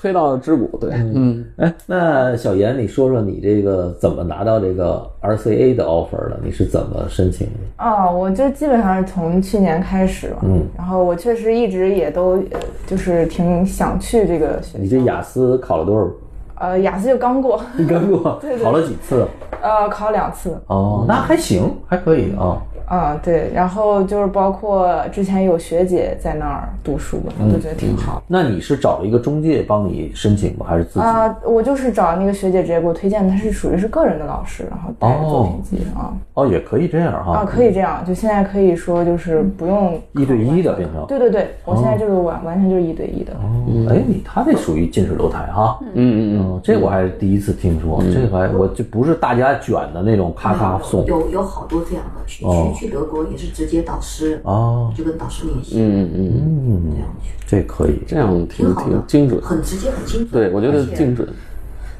Speaker 2: 推到枝骨，对，嗯，
Speaker 1: 哎，那小严，你说说你这个怎么拿到这个 RCA 的 offer 的？你是怎么申请的？
Speaker 7: 哦，我就基本上是从去年开始嘛，嗯，然后我确实一直也都呃就是挺想去这个学
Speaker 1: 你
Speaker 7: 校，
Speaker 1: 这雅思考了多少？ *laughs*
Speaker 7: 呃，雅思就刚过， *laughs*
Speaker 1: 你跟我考了几次？
Speaker 7: 呃，考两次，
Speaker 1: 哦，那还行，还可以啊。
Speaker 7: 啊、对，然后就是包括之前有学姐在那儿读书嘛，
Speaker 2: 嗯
Speaker 7: 我就觉得挺好。
Speaker 1: 那你是找了一个中介帮你申请吗？还是自己？
Speaker 7: 啊、我就是找那个学姐直接给我推荐的，她是属于是个人的老师，然后带着作品集啊、
Speaker 1: 哦，也可以这样哈、
Speaker 7: 啊，可以这样，就现在可以说就是
Speaker 2: 嗯
Speaker 7: 不用
Speaker 1: 一对一的变成。
Speaker 7: 对对对，
Speaker 2: 哦
Speaker 7: 我现在就是完、完全就是一对一的。
Speaker 1: 哦，哎，你他这属于近水楼台哈。
Speaker 2: 嗯嗯
Speaker 1: 嗯，这我还是第一次听说，这个还我就不是大家卷的那种咔
Speaker 4: 嗯
Speaker 1: 咔送
Speaker 6: 有有好多这样的，去
Speaker 1: 哦
Speaker 6: 去去德国也是直接导师，
Speaker 1: 哦，
Speaker 6: 就跟导师联系，
Speaker 2: 嗯嗯嗯，
Speaker 1: 嗯
Speaker 6: 这，样去，
Speaker 1: 这可以。
Speaker 2: 这样挺
Speaker 6: 挺好的
Speaker 2: 挺精准，
Speaker 6: 很直接很精准。
Speaker 2: 对我觉嗯得
Speaker 6: 而且
Speaker 2: 精准，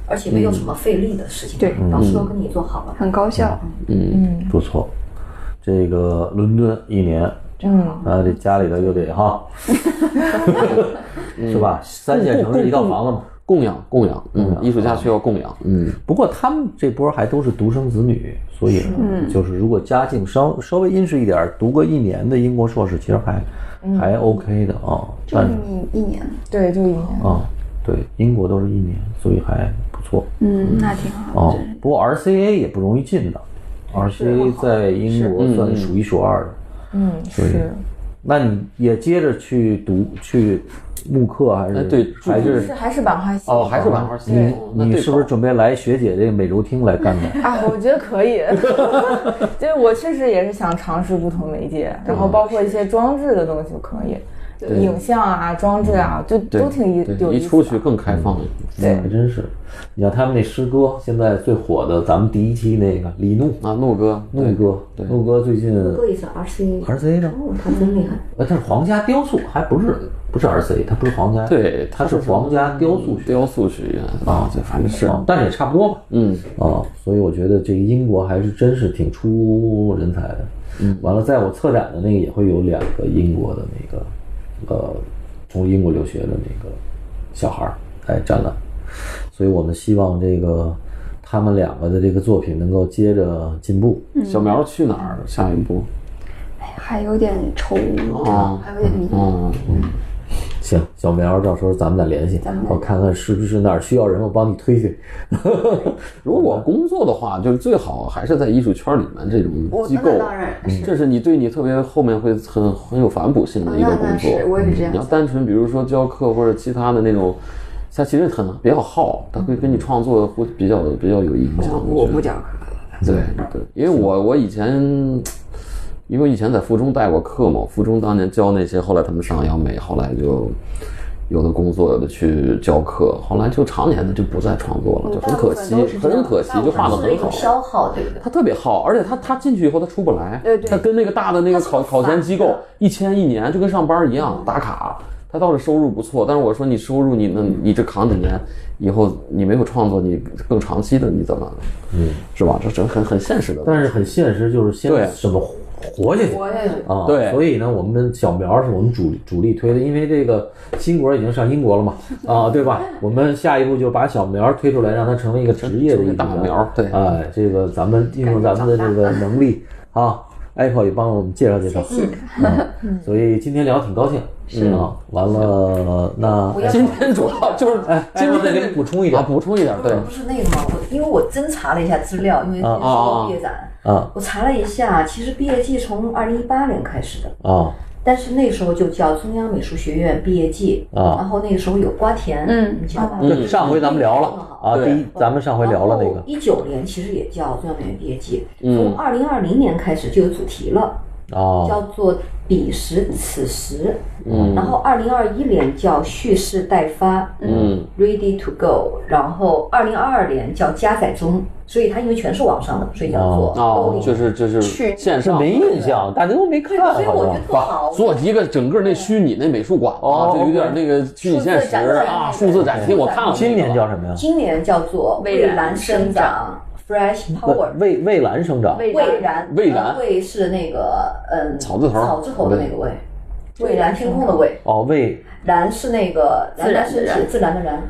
Speaker 6: 而且没有什么费力的事情，
Speaker 3: 对，
Speaker 6: 导
Speaker 2: 嗯
Speaker 6: 师都跟你做好了。
Speaker 3: 很高效。
Speaker 1: 不错。这个伦敦一年，
Speaker 7: 嗯，
Speaker 1: 啊，这家里头又得哈，是吧？三线城市一套房子嘛，
Speaker 2: 供养供养，嗯，艺术家需要供养，嗯，
Speaker 1: 不过他们这波还都是独生子女，所以
Speaker 2: 嗯
Speaker 1: 就是如果家境稍稍微殷实一点儿，读个一年的英国硕士，其实还、
Speaker 2: 嗯
Speaker 1: 还 OK 的啊。
Speaker 3: 就
Speaker 1: 但
Speaker 3: 是
Speaker 1: 是
Speaker 3: 一年，
Speaker 7: 对，就一年。
Speaker 2: 哦
Speaker 1: 啊，对，英国都是一年，所以还不错
Speaker 3: 嗯，那挺好
Speaker 2: 哦
Speaker 1: 啊
Speaker 3: 的。。
Speaker 1: 不过 RCA 也不容易进的，RCA 在英国算是数一数二的。
Speaker 7: 嗯，是。
Speaker 1: 那你也接着去读去慕课还
Speaker 2: 哎
Speaker 1: 是？
Speaker 2: 对
Speaker 1: 还
Speaker 2: 就是
Speaker 7: 是还是版画系
Speaker 2: 哦，还是版画系，
Speaker 7: 对
Speaker 2: 哦那
Speaker 1: 你
Speaker 2: 对
Speaker 1: 是不是
Speaker 2: 口
Speaker 1: 准备来学姐这个美容厅来干的？
Speaker 7: 啊，我觉得
Speaker 2: *laughs*
Speaker 7: 可以。就是我确实也是想尝试不同媒介，
Speaker 2: 嗯
Speaker 7: 然后包括一些装置的东西可以，就影像啊、装置啊，就
Speaker 2: 对
Speaker 7: 都挺
Speaker 2: 对
Speaker 7: 有
Speaker 2: 一
Speaker 7: 意思
Speaker 2: 出
Speaker 7: 的。
Speaker 2: 去更开放了？
Speaker 7: 对
Speaker 1: 嗯还真是。你像他们那诗歌，现在最火的，咱们第一期那个李怒，
Speaker 2: 啊，怒哥，
Speaker 1: 怒哥，怒哥最近
Speaker 4: 哥也是 RCA，
Speaker 1: RCA 呢？
Speaker 4: 哦，他真厉害。
Speaker 1: 呃，他是皇家雕塑，还不是不是 RCA，他不是皇家，
Speaker 2: 对，
Speaker 1: 他是皇家雕塑学
Speaker 2: 雕塑学院啊，这反正是，
Speaker 1: 啊，但是也差不多吧。
Speaker 2: 嗯，
Speaker 1: 啊，所以我觉得这个英国还是真是挺出人才的。嗯，完了，在我策展的那个也会有两个英国的那个，呃，从英国留学的那个小孩儿来展览，所以我们希望这个他们两个的这个作品能够接着进步。
Speaker 7: 嗯
Speaker 2: 小苗去哪儿？下一步
Speaker 3: 还有点愁，
Speaker 2: 哦
Speaker 3: 还有点迷。
Speaker 2: 啊，
Speaker 1: 行，小苗，到时候咱们再联系，我看看是不是哪儿需要人，我帮你推推。
Speaker 2: 如果工作的话，就是最好还是在艺术圈里面这种机构嗯
Speaker 3: 那哦当然，
Speaker 2: 这是你对你特别后面会很很有反哺性的一个
Speaker 3: 那
Speaker 2: 工
Speaker 3: 那
Speaker 2: 作。
Speaker 3: 啊
Speaker 2: 嗯
Speaker 3: 是我也是这样
Speaker 2: 你要单纯比如说教课或者其他的那种，它其实很比较耗，它会跟你创作会比较比较有影响。
Speaker 8: 我
Speaker 2: 觉得
Speaker 8: 不讲课，
Speaker 2: 对对，因为我我以前，因为我以前在附中带过课嘛，附中当年教那些，后来他们上央美，后来就有的工作，有的去教课，后来就常年的就不再创作了，就很可惜，很可惜，就画的
Speaker 4: 是一
Speaker 2: 很
Speaker 4: 种
Speaker 2: 好。
Speaker 4: 消耗，对不对？
Speaker 2: 他特别好，而且他他进去以后他出不来，
Speaker 3: 对对
Speaker 2: 他跟那个大的那个考考前机构一签一年，就跟上班一样打卡。他倒是收入不错，但是我说你收入你能你这扛几年，以后你没有创作，你更长期的你怎么，嗯，是吧？这这很很现实的。
Speaker 1: 但是很现实，就是先
Speaker 2: 对
Speaker 1: 怎么活活下去。
Speaker 3: 我也是
Speaker 1: 啊，
Speaker 2: 对
Speaker 1: 所以呢，我们小苗是我们主主力推的，因为这个新国已经上英国了
Speaker 2: *laughs*
Speaker 1: 嘛，啊，对吧？我们下一步就把小苗推出来，让他成为一个职业的
Speaker 2: 成为
Speaker 1: 艺术
Speaker 2: 大
Speaker 1: 家
Speaker 2: 苗对
Speaker 1: 哎，这个咱们运用咱们的这个能力啊，Apple 也帮我们介绍介绍，
Speaker 4: *laughs*
Speaker 1: 嗯，所以今天聊得挺高兴，是啊，
Speaker 2: 嗯
Speaker 1: 完了那啊
Speaker 4: 不要
Speaker 2: 今天主要就是
Speaker 1: 哎
Speaker 2: 今
Speaker 1: 我再给
Speaker 2: 天
Speaker 1: 你补充一
Speaker 2: 啊
Speaker 1: 点，
Speaker 2: 补充一点，对，
Speaker 4: 不是那个嘛，我因为我真查了一下资料，因为那时
Speaker 2: 啊啊
Speaker 4: 候
Speaker 2: 啊
Speaker 4: 毕业展，
Speaker 1: 啊
Speaker 4: 我查了一下，其实毕业季从二零一八年开始的，
Speaker 2: 嗯
Speaker 1: 啊
Speaker 4: 但是那时候就叫中央美术学院毕业季，
Speaker 1: 啊
Speaker 4: 然后那个时候有瓜田，
Speaker 3: 嗯
Speaker 4: 你知道吧？嗯
Speaker 1: 对，上回咱们聊了啊，
Speaker 2: 对
Speaker 1: 第一咱们上回聊了那个嗯
Speaker 4: 一九年其实也叫中央美院毕业季，从二零二零年开始就有主题了，
Speaker 1: 啊
Speaker 4: 叫做彼时此时。嗯，然后二零二一年叫蓄势待发，嗯，Ready to go。然后二零二二年叫加载中，所以它因为全是网上的，所以叫做欧
Speaker 2: 哦
Speaker 4: 力，
Speaker 2: 就是就是线
Speaker 1: 这
Speaker 2: 上
Speaker 1: 没印象，大家都没看，
Speaker 4: 所以
Speaker 1: 好
Speaker 4: 我
Speaker 1: 像
Speaker 4: 觉得特好。
Speaker 2: 做一个整个那虚拟那美术馆啊，
Speaker 1: 哦
Speaker 2: 就有点那个虚拟现实啊，数字展厅，我看过那个。
Speaker 1: 今年叫什么呀？
Speaker 4: 今年叫做蔚蓝生长，Fresh Power。
Speaker 1: 蔚蔚蓝生长，
Speaker 4: 蔚然，
Speaker 2: 蔚然
Speaker 4: 呃蔚是那个嗯，
Speaker 2: 草字头
Speaker 4: 草字头的那个蔚，蔚蓝天空的蔚，
Speaker 1: 哦蔚
Speaker 4: 然是那个
Speaker 8: 自然
Speaker 4: 是
Speaker 8: 的然
Speaker 4: 指自然的然，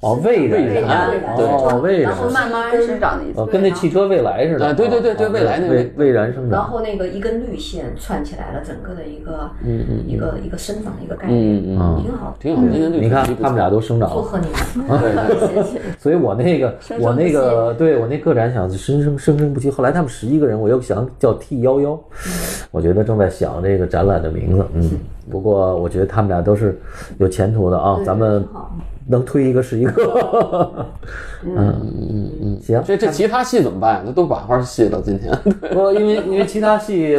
Speaker 1: 哦蔚
Speaker 2: 蔚然
Speaker 1: 然，哦蔚然
Speaker 4: 然，后
Speaker 8: 慢慢生长的意
Speaker 2: 哦
Speaker 1: 呃
Speaker 8: 思。
Speaker 1: 跟那汽车蔚来似的。
Speaker 2: 啊对对对对
Speaker 1: 哦
Speaker 2: 蔚来那个
Speaker 1: 蔚蔚然
Speaker 2: 嗯
Speaker 1: 生
Speaker 4: 然
Speaker 1: 长。
Speaker 4: 后那个一根绿线串起来了，整个的一个一个一个生长的一个概念，
Speaker 2: 嗯嗯嗯嗯，
Speaker 4: 挺好的。
Speaker 2: 挺好。今天这个
Speaker 1: 你看
Speaker 2: 主题不
Speaker 1: 他们俩都生长
Speaker 4: 祝
Speaker 1: 了，
Speaker 4: 贺你们，
Speaker 1: 所以我那个我那个对我那个展想生生生生不息。后来他们十一个人，我又想叫 T 幺
Speaker 4: 嗯
Speaker 1: 幺，我觉得正在想这个展览的名字。嗯，不过我觉得他们俩都是有前途的啊，咱们能推一个是一个。 *laughs* 嗯嗯嗯，行，
Speaker 2: 这这其他戏怎么办呀？这都版画戏了，今天 *laughs*
Speaker 1: 不，因为因为其他戏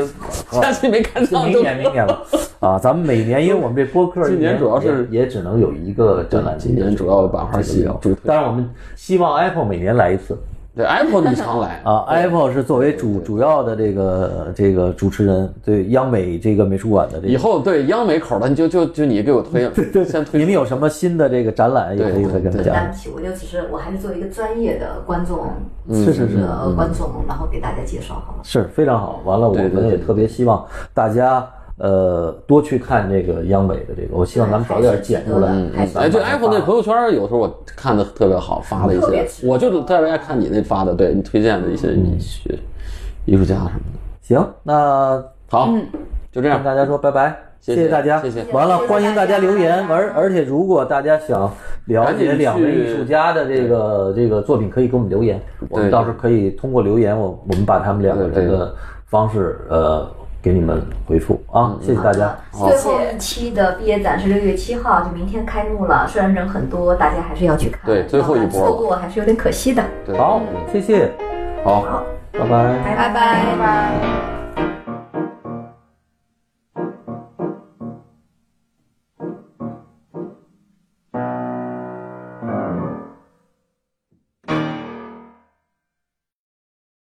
Speaker 2: 其他戏没看
Speaker 1: 是
Speaker 2: 上，
Speaker 1: 明
Speaker 2: 都
Speaker 1: 年明年了啊！咱们每年，因为我们这播客一
Speaker 2: 今年主要是
Speaker 1: 也也只能有一个展览，
Speaker 2: *laughs* 今年主要版画戏主推
Speaker 1: 当然我们希望 Apple 每年来一次
Speaker 2: 对 Apple 你常 *laughs* 来
Speaker 1: 啊。Apple 是作为主主要的这个这个主持人，对央美这个美术馆的这
Speaker 2: 以
Speaker 1: 个。
Speaker 2: 后对央美口的，你就就就你给我 *laughs* 推，先推
Speaker 1: 你们有什么新的这个展览也可以再跟大
Speaker 4: 对
Speaker 1: 家
Speaker 4: 不起，我就只是我还是作为一个专业的观众，
Speaker 1: 是是是
Speaker 2: 嗯
Speaker 4: 呃观众，然后给大家介绍好了。
Speaker 1: 是非常好。完了，我
Speaker 2: 对对
Speaker 1: 们也特别希望大家呃，多去看这个央美的这个，我希望咱们早点剪出来。
Speaker 6: 嗯还是
Speaker 2: 哎，这
Speaker 1: 把它
Speaker 2: iPhone
Speaker 1: 发
Speaker 2: 那朋友圈儿有时候我看的特别好，发的一
Speaker 6: 特别
Speaker 2: 些，我就特别爱看你那发的，对你推荐的一些
Speaker 1: 嗯
Speaker 2: 你学艺术家什么的。
Speaker 1: 行，那
Speaker 2: 好，
Speaker 1: 嗯
Speaker 2: 就这样
Speaker 1: 跟。大家说拜拜，
Speaker 2: 谢
Speaker 1: 谢
Speaker 2: 谢
Speaker 1: 大家，
Speaker 2: 谢谢
Speaker 1: 完了，
Speaker 4: 谢谢
Speaker 1: 欢迎大家留言，而而且如果大家想了
Speaker 2: 赶紧
Speaker 1: 解
Speaker 2: 去
Speaker 1: 两位艺术家的这个这个作品，可以给我们留言，我们
Speaker 2: 对
Speaker 1: 到时候可以通过留言，我我们把他们两个人
Speaker 2: 对对
Speaker 1: 的方式呃给你们回复
Speaker 2: 嗯
Speaker 1: 啊，谢谢大家。
Speaker 4: 最后一期的毕业展是六月七号，就明天开幕了。虽然人很多，大家还是要去看。
Speaker 2: 对最后一波
Speaker 4: 要不然错过还是有点可惜的。
Speaker 2: 对
Speaker 1: 好，谢谢，
Speaker 2: 好。
Speaker 1: 拜拜。
Speaker 4: 拜拜。
Speaker 3: 拜拜